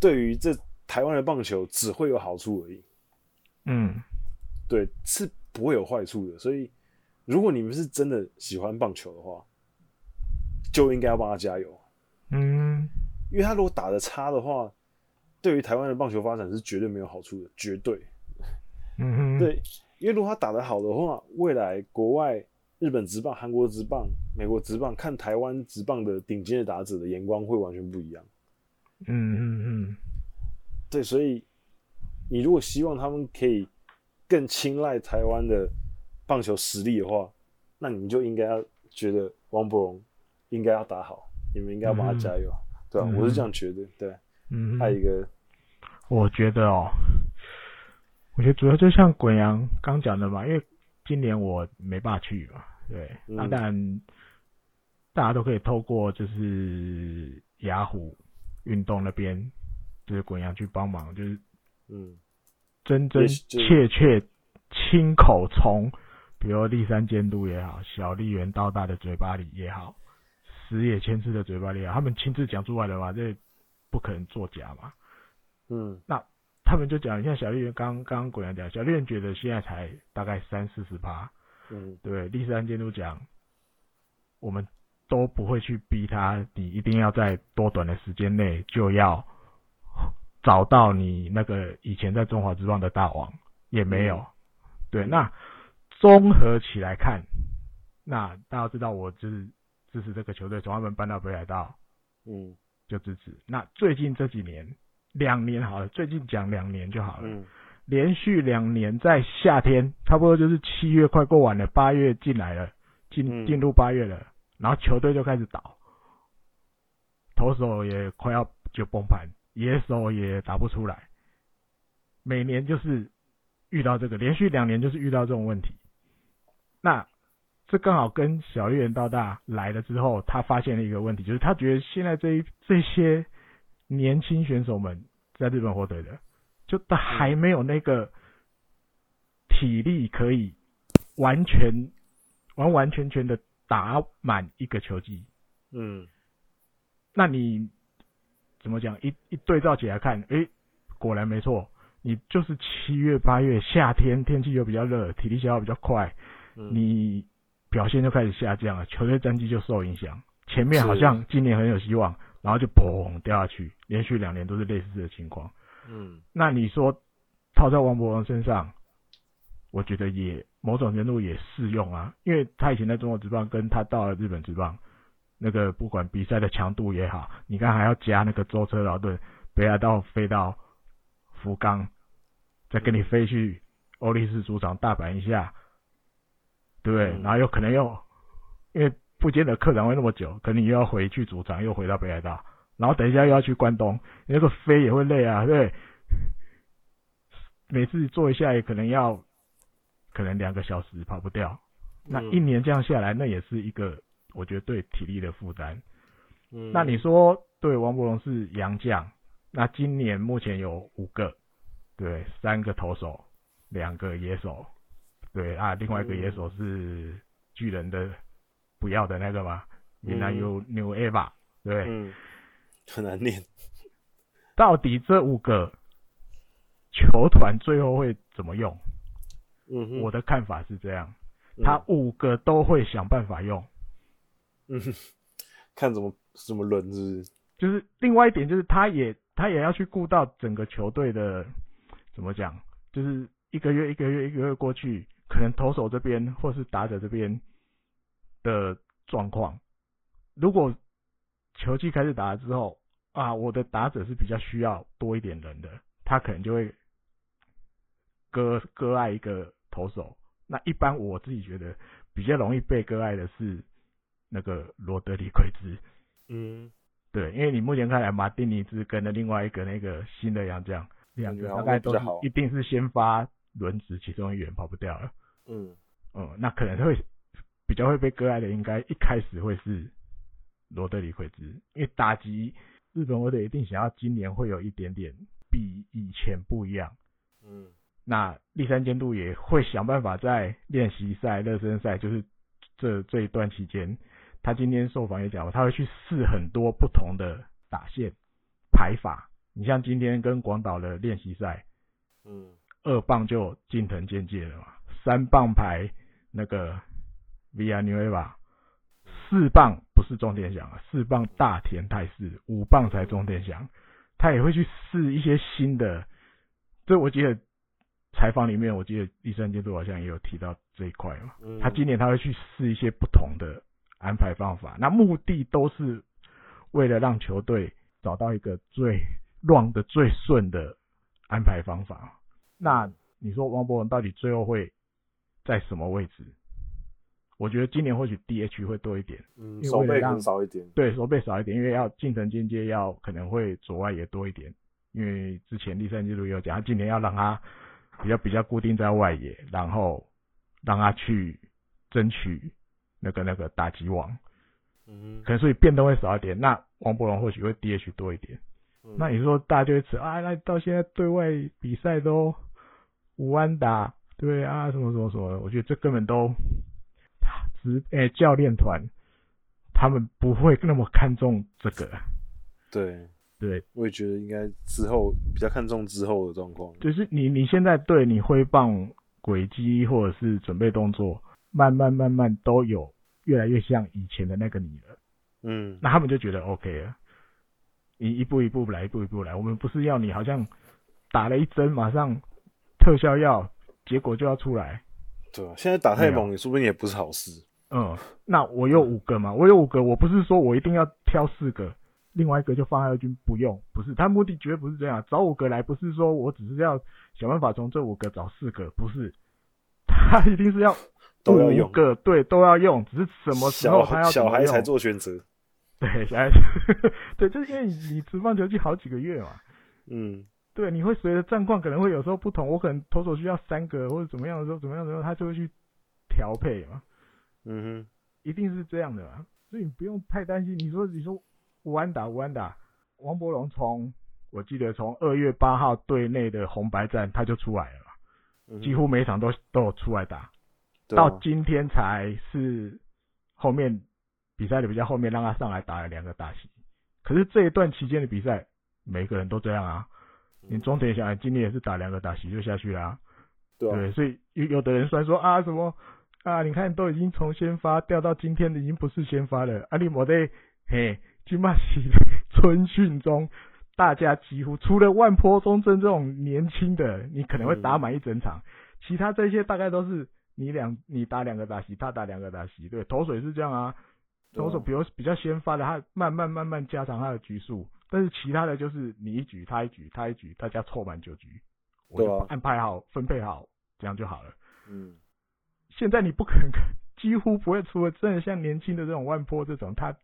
对于这台湾的棒球只会有好处而已，嗯对，是不会有坏处的。所以，如果你们是真的喜欢棒球的话，就应该要帮他加油，嗯因为他如果打得差的话，对于台湾的棒球发展是绝对没有好处的，绝对。嗯哼，，对，因为如果他打得好的话，未来国外日本职棒、韩国职棒、美国职棒看台湾职棒的顶尖的打者的眼光会完全不一样。嗯嗯嗯对，所以你如果希望他们可以更青睐台湾的棒球实力的话，那你们就应该要觉得王柏荣应该要打好，你们应该要帮他加油，对吧、嗯我是这样觉得，对。嗯，还有一个，我觉得哦，我觉得主要就像滚阳刚讲的嘛，因为今年我没办法去嘛，对，嗯那当然大家都可以透过就是雅虎运动那边，就是滚阳去帮忙，就是嗯真真也是就是切切亲口从，比如立山监督也好，小笠原道大的嘴巴里也好，石野千次的嘴巴里也好，他们亲自讲出来的嘛，这不可能作假嘛。嗯他们就讲，像小绿人刚刚果然讲，小绿人觉得现在才大概三四十趴，嗯对，第三监督讲，我们都不会去逼他，你一定要在多短的时间内就要找到你那个以前在中华之棒的大王，也没有，嗯对，那综合起来看，那大家知道我就是支持这个球队，从他们搬到北海道，嗯就支持。那最近这几年，两年好了，最近讲两年就好了，嗯连续两年在夏天，差不多就是七月快过完了，八月进来了，进嗯进入八月了，然后球队就开始倒，投手也快要就崩盘，野手也打不出来，每年就是遇到这个，连续两年就是遇到这种问题。那这刚好跟小绿人到大来了之后，他发现了一个问题，就是他觉得现在这一这些年轻选手们在日本火腿的，就他还没有那个体力可以完全完完全全的打满一个球季。嗯，那你怎么讲？一一对照起来看，诶、果然没错，你就是七月八月夏天天气又比较热，体力消耗比较快，嗯你表现就开始下降了，球队战绩就受影响。前面好像今年很有希望，然后就砰掉下去，连续两年都是类似的情况。嗯那你说套在王博文身上，我觉得也某种程度也适用啊，因为他以前在中国职棒，跟他到了日本职棒，那个不管比赛的强度也好，你看还要加那个舟车劳顿，北海道飞到福冈，再跟你飞去欧力士主场大阪一下，对不对？嗯然后又可能又因为不见得客场会那么久，可能你又要回去主场，又回到北海道，然后等一下又要去关东，你那个飞也会累啊，对不对。每次做一下也可能要，可能两个小时跑不掉。那嗯一年这样下来，那也是一个我觉得对体力的负担。嗯，那你说，对王柏荣是洋将，那今年目前有五个，对，三个投手，两个野手，对啊，另嗯外一个野手是巨人的不要的那个嘛，嗯闽南有纽 A 吧，对，嗯很难念，到底这五个球团最后会怎么用？嗯哼，我的看法是这样，嗯他五个都会想办法用。嗯哼看怎么怎么轮子，就是另外一点就是他也他也要去顾到整个球队的怎么讲，就是一个月一个月一个月过去，可能投手这边或是打者这边的状况。如果球季开始打了之后啊，我的打者是比较需要多一点人的，他可能就会割割爱一个投手。那一般我自己觉得比较容易被割爱的是那个罗德里奎兹，嗯，对，因为你目前看来，马丁尼兹跟了另外一个那个新的洋将，两感个觉好大像概都比是较好一定是先发轮值其中一员跑不掉了。嗯嗯，那可能会比较会被割爱的，应该一开始会是罗德里奎兹，因为打击日本我得一定想要今年会有一点点比以前不一样。嗯那第三监督也会想办法在练习赛、热身赛，就是这这一段期间，他今天受访也讲了，他会去试很多不同的打线排法。你像今天跟广岛的练习赛，嗯二棒就近藤健介了嘛，三棒排那个 v i a n u e v a 四棒不是中田翔啊，四棒大田泰士，五棒才中田翔，他也会去试一些新的。这我记得采访里面，我记得第三监督好像也有提到这一块嘛。嗯，他今年他会去试一些不同的安排方法，那目的都是为了让球队找到一个最乱的、最顺的安排方法。那你说王博文到底最后会在什么位置？我觉得今年或许 DH 会多一点，嗯因为手为了背让更少一点，对手背少一点，因为要近藤间接要可能会左外也多一点，因为之前第三季度也有讲，他今年要让他比较比较固定在外野，然后让他去争取那个那个打击王，嗯哼，可能所以变动会少一点。那王柏荣或许会 DH 多一点。嗯那你说大家就会扯啊，那到现在对外比赛都无安打，对啊，什么什么什么的，我觉得这根本都只诶、教练团他们不会那么看重这个，对，对，我也觉得应该之后比较看重之后的状况，就是你你现在对你挥棒轨迹或者是准备动作，慢慢慢慢都有越来越像以前的那个你了，嗯那他们就觉得 OK 了，你一步一步来，一步一步来，我们不是要你好像打了一针马上特效药，结果就要出来，对啊，现在打太没有猛，你说不定也不是好事，嗯，那我有五个嘛，我有五个，我不是说我一定要挑四个，另外一个就放在二军不用，不是，他目的绝对不是这样，找五个来不是说我只是要想办法从这五个找四个，不是，他一定是要 都要五用，个，对，都要用，只是什么时候小他要怎小么孩用才做选择， 对，小孩，对，就是因为你职棒球季好几个月嘛，嗯对，你会随着战况可能会有时候不同，我可能投手需要三个或者怎么样的时候，怎么样的时候，他就会去调配嘛，嗯一定是这样的嘛，所以你不用太担心。你说你说吴安打吴安打，王伯龙从我记得从二月八号对内的红白战他就出来了嘛，嗯哼，几乎每一场都都有出来打，对啊到今天才是后面比赛的比较后面让他上来打了两个打席，可是这一段期间的比赛，每个人都这样啊。你中田翔也今年也是打两个打席就下去啦、对啊对，所以有有的人虽然说啊什么啊，你看都已经从先发调到今天的已经不是先发了，啊你莫在嘿，今嘛是春训中，大家几乎除了万坡中正这种年轻的，你可能会打满一整嗯场，其他这些大概都是你两你打两个打席，他打两个打席，对，投水是这样啊，对啊投手比如比较先发的，他慢慢慢慢加长他的局数，但是其他的就是你一局他一局他一局，大家凑满九局，我对就啊安排好分配好，这样就好了。嗯，现在你不可能，几乎不会出了真的像年轻的这种万坡这种，他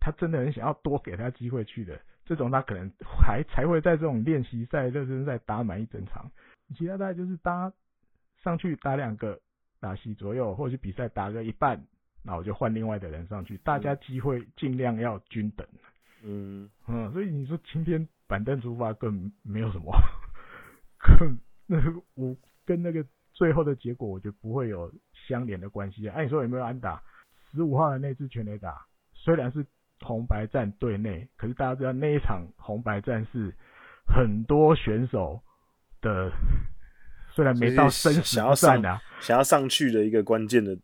他真的很想要多给他机会去的这种，他可能还才会在这种练习赛、热身赛打满一整场。其他大概就是搭上去打两个打席左右，或者是比赛打个一半，那我就换另外的人上去，大家机会尽量要均等。嗯，嗯，所以你说今天板凳出发更没有什么， 更那个我跟那个最后的结果，我觉得不会有相连的关系、啊。按、你说有没有安打？十五号的那支全垒打，虽然是红白战队内，可是大家知道那一场红白战是很多选手的，虽然没到生就是死想不要战上啊，想要上去的一个关键的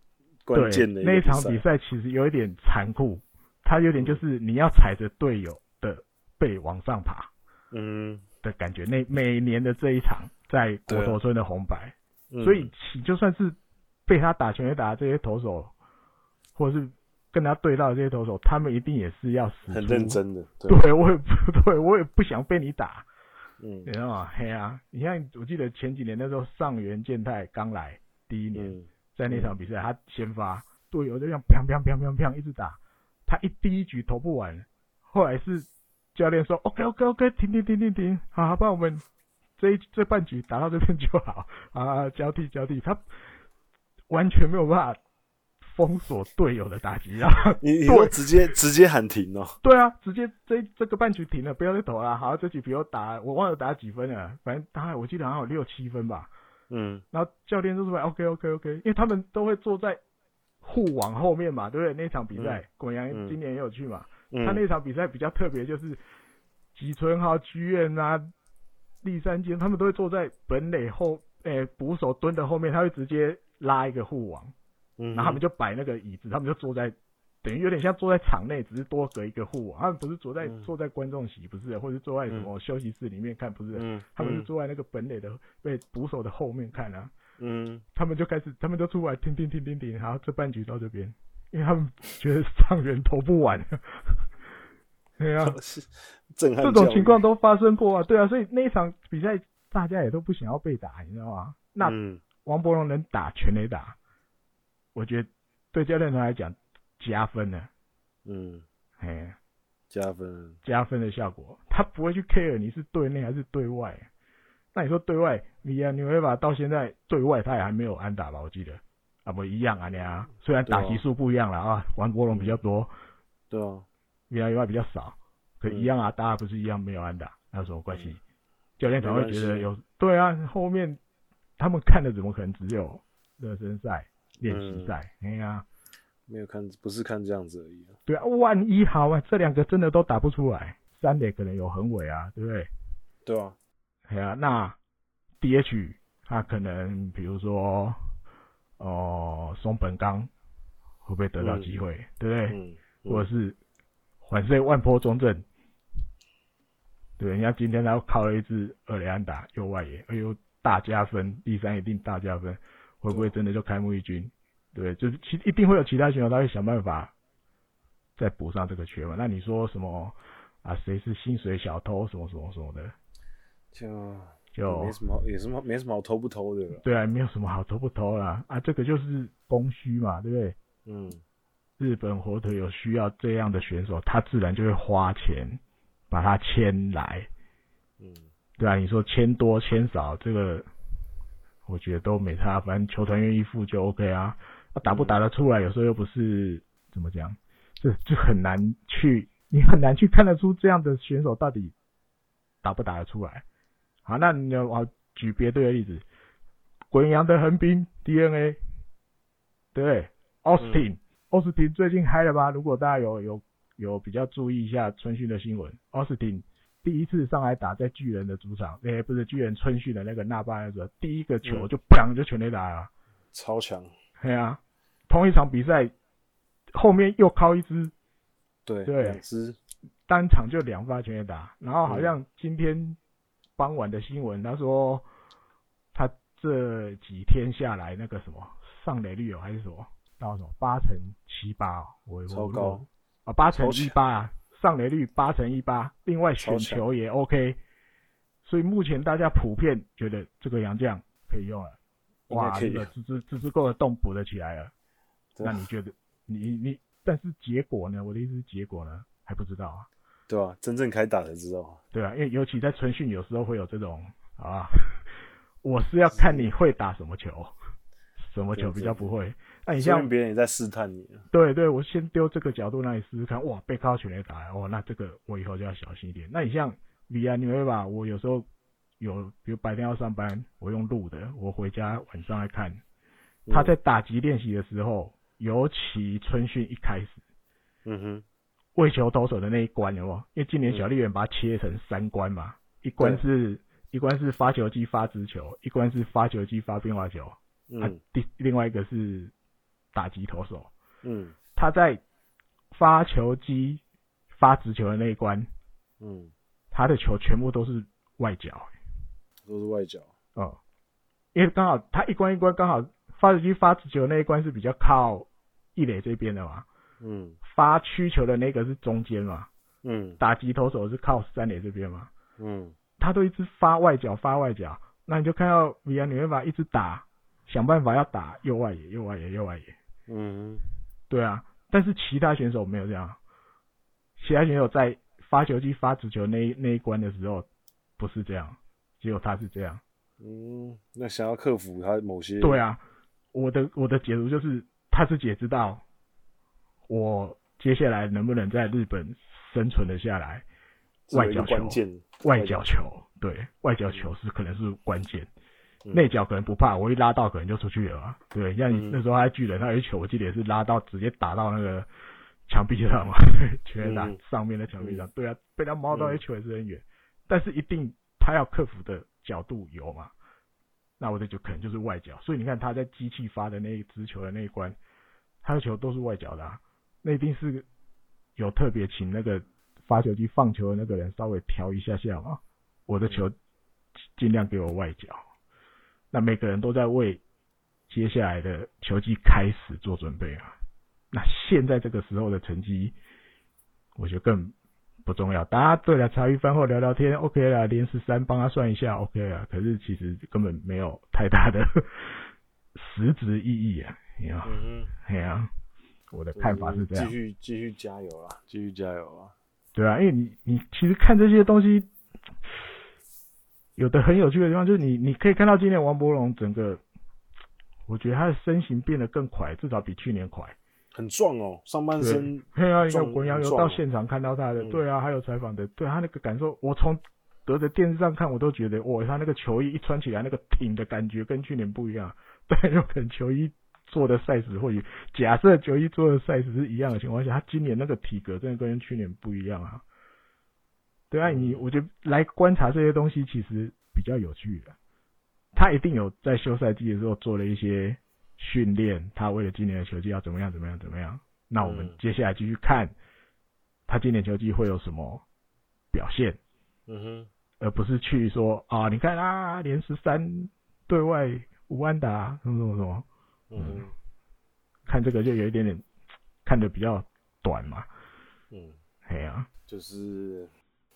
关键的一对个那一场比赛，赛其实有一点残酷，它有点就是你要踩着队友的背往上爬。嗯，的感觉。那每年的这一场在国头村的红白，啊嗯所以其就算是被他打全垒打的这些投手，或者是跟他对到的这些投手，他们一定也是要死很认。真的，对，对，我也不对，我也不想被你打，你嗯知道吗？嘿啊，你看，我记得前几年那时候上元健太刚来第一年，嗯在那场比赛他先发，队友就这样砰砰砰砰砰一直打，他一第一局投不完，后来是教练说 OK OK OK 停停停停停，好，好，帮我们这一这半局打到这边就好啊，交替交替，他完全没有办法封锁队友的打击啊，你你对说直接直接喊停哦，对啊，直接这这个半局停了，不要再投了，好，这局比我打我忘了打几分了，反正大概我记得好像有六七分吧，嗯然后教练就出来，OK OK OK，因为他们都会坐在护网后面嘛，对不对？那场比赛，滚阳嗯今年也有去嘛，他嗯那场比赛比较特别，就是吉村浩、居院啊、立山间，他们都会坐在本垒后，诶、捕手蹲的后面，他会直接拉一个护网，嗯，然后他们就摆那个椅子，他们就坐在。等于有点像坐在场内，只是多隔一个护网。他们不是坐在、嗯坐在观众席，不是，或者坐在什么休息室里面看，不是。嗯，他们是坐在那个本垒的被捕手的后面看啊。嗯他们就开始，他们就出来停停停停停，然后这半局到这边，因为他们觉得上元投不完。 对啊，嗯是震撼这种教育嗯情况都发生过啊。对啊，所以那一场比赛大家也都不想要被打，你知道吗？那嗯王伯荣能打全垒打，我觉得对教练团来讲加分的，嗯哎，加分，加分的效果。他不会去 care 你是对内还是对外。那你说对外，你啊，你会把到现在对外他也还没有安打吧？我记得啊，不一样啊，你啊，虽然打哦席数不一样了啊，王博龙比较多，对啊，米兰 UI 比较少，可嗯一样啊，大家不是一样没有安打，那有什么关系嗯？教练可能会觉得没关系有对啊，后面他们看的怎么可能只有热身赛、练习嗯赛？哎呀、没有看不是看这样子而已啊，对啊，万一好啊，这两个真的都打不出来，三垒可能有横尾啊，对不对？对啊，哎呀、那 DH 他可能比如说，哦、松本刚会不会得到机会，对不对？嗯，嗯或者是缓税万坡中正，对，人家今天他靠了一支二雷安打右外野，哎呦大加分，第三一定大加分，会不会真的就开幕一军？对，就是其一定会有其他选手，他会想办法再补上这个缺嘛。那你说什么啊？谁是薪水小偷？什么什么什么的，就就嗯没什么好，也什么没什么好偷不偷的了，对啊，没有什么好投不投啦啊，这个就是供需嘛，对不对？嗯日本火腿有需要这样的选手，他自然就会花钱把他签来，嗯对啊，你说签多签少这个，我觉得都没差，反正球团愿意付就 OK 啊。啊打不打得出来，有时候又不是怎么讲，这就很难去，你很难去看得出这样的选手到底打不打得出来。好，那你我举别队的例子，滚阳的横滨 DNA，对，Austin，Austin、Austin 最近嗨了吧？如果大家有有有比较注意一下春训的新闻，Austin 第一次上来打在巨人的主场，哎、不是巨人春训的那个纳巴那个第一个球嗯就砰就全垒打了。超强，对啊，同一场比赛后面又靠一支，对，对两支，单场就两发全垒打，然后好像今天傍晚的新闻，他说他这几天下来那个什么上垒率有哦还是什么到什么八成七八、哦，我我超如果高啊八成超一强八啊，上垒率八成一八，另外选超强球也 OK，所以目前大家普遍觉得这个洋将可以用了，应该哇，可这以个这只这只够的洞补得起来了。对那你觉得你你，但是结果呢？我的意思是结果呢还不知道啊，对吧、真正开打才知道啊，对啊，因为尤其在春训有时候会有这种啊，我是要看你会打什么球，什么球比较不会。那你说明像别人也在试探你啊，对对，我先丢这个角度让你试试看，哇，被靠全垒打，哦，那这个我以后就要小心一点。那你像 V R 你会吧？我有时候有，比如白天要上班，我用录的，我回家晚上来看，他在打击练习的时候，尤其春训一开始。嗯哼，为球投手的那一关，有没有？因为今年小笠原把它切成三关嘛，一关是一关是发球机发直球，一关是发球机发变化球，啊嗯，第另外一个是打击投手。嗯他在发球机发直球的那一关，嗯，他的球全部都是外角，都是外角，哦、因为刚好他一关一关刚好发球机发直球的那一关是比较靠一垒这边的嘛，嗯发曲球的那个是中间嘛，嗯打击投手是靠三垒这边嘛。嗯，他都一直发外角发外角，那你就看到米兰纽维法一直打，想办法要打右外野右外野右外野，嗯对啊，但是其他选手没有这样，其他选手在发球机发直球那一那一关的时候不是这样，只有他是这样，嗯，那想要克服他某些，对啊，啊，我的我的解读就是他自己也知道我接下来能不能在日本生存的下来，外角球关键，外角球，对外角球是可能是关键，嗯内角可能不怕，我一拉到可能就出去了嘛。对，像你嗯那时候他在巨人，他有一球我记得也是拉到直接打到那个墙壁上嘛， 全垒打嗯上面的墙壁上。对啊，被他猫到一球也是很远，但是一定他要克服的角度有嘛。那我的就可能就是外角，所以你看他在机器发的那一直球的那一关，他的球都是外角的、啊，那一定是有特别请那个发球机放球的那个人稍微调一下下嘛。我嗯的球尽量给我外角，那每个人都在为接下来的球季开始做准备啊。那现在这个时候的成绩，我觉得更不重要。大家对了，茶余饭后聊聊天，OK 啦，连十三帮他算一下，OK 啦。可是其实根本没有太大的 实质意义啊，你知道吗嗯哼。哎呀、我的看法是这样继，续继续加油啦，继续加油啊！对啊，因为你你其实看这些东西，有的很有趣的地方就是你你可以看到今年王伯龙整个，我觉得他的身形变得更快，至少比去年快。很壮哦，上半身对啊，你看撞国阳有撞到了现场看到他的，嗯对啊，还有采访的，对他那个感受，我从隔着电视上看，我都觉得，哇，他那个球衣一穿起来，那个挺的感觉跟去年不一样。 但有可能球衣做的 size 或许假设球衣做的 size 是一样的情况下，他今年那个体格真的跟去年不一样啊。对啊，你我觉得来观察这些东西其实比较有趣的。他一定有在休赛季的时候做了一些训练，他为了今年的球季要怎么样怎么样怎么样。那我们嗯接下来继续看他今年球季会有什么表现。嗯哼，而不是去说啊，你看啊，连十三对外五安打什么什么什么，嗯哼，看这个就有一点点看的比较短嘛，嗯，哎呀、就是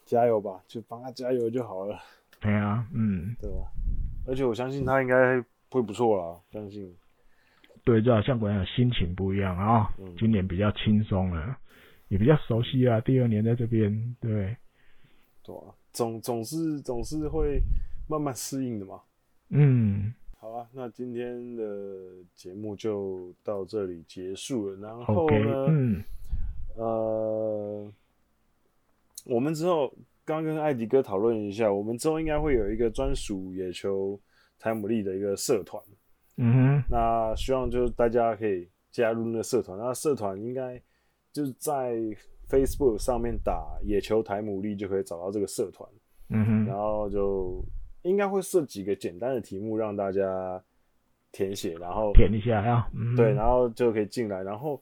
加油吧，就帮他加油就好了，哎呀、嗯，对吧？而且我相信他应该会不错啦，相信，对，就好像果然有心情不一样啊、嗯今年比较轻松了，也比较熟悉啊，第二年在这边，对，对吧？总总是总是会慢慢适应的嘛。嗯，好啊，那今天的节目就到这里结束了。然后 OK，呢，嗯，呃，我们之后刚跟艾迪哥讨论一下，我们之后应该会有一个专属野球台姆利的一个社团。嗯那希望就是大家可以加入那个社团，那社团应该就是在 Facebook 上面打“野球台姆利”就可以找到这个社团，哼，嗯然哼，后就应该会设几个简单的题目让大家填写，然后舔一下啊，嗯哼对，然后就可以进来，然后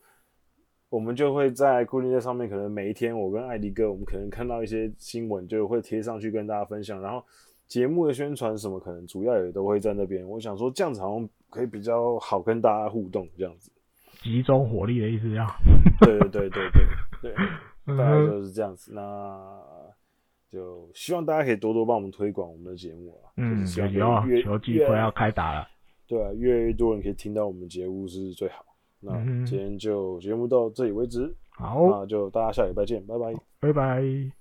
我们就会在固定在上面，可能每一天我跟艾迪哥，我们可能看到一些新闻就会贴上去跟大家分享，然后节目的宣传什么，可能主要也都会在那边。我想说这样子好像可以比较好跟大家互动，这样子。集中火力的意思啊，对对对对对对，嗯 大概哼就是这样子。那就希望大家可以多多帮我们推广我们的节目啊，就嗯是，希望可以有越有球季越快要开打了，对啊，越来越多人可以听到我们节目是最好。那嗯哼今天就节目到这里为止，好，啊那就大家下礼拜见，拜拜。拜拜。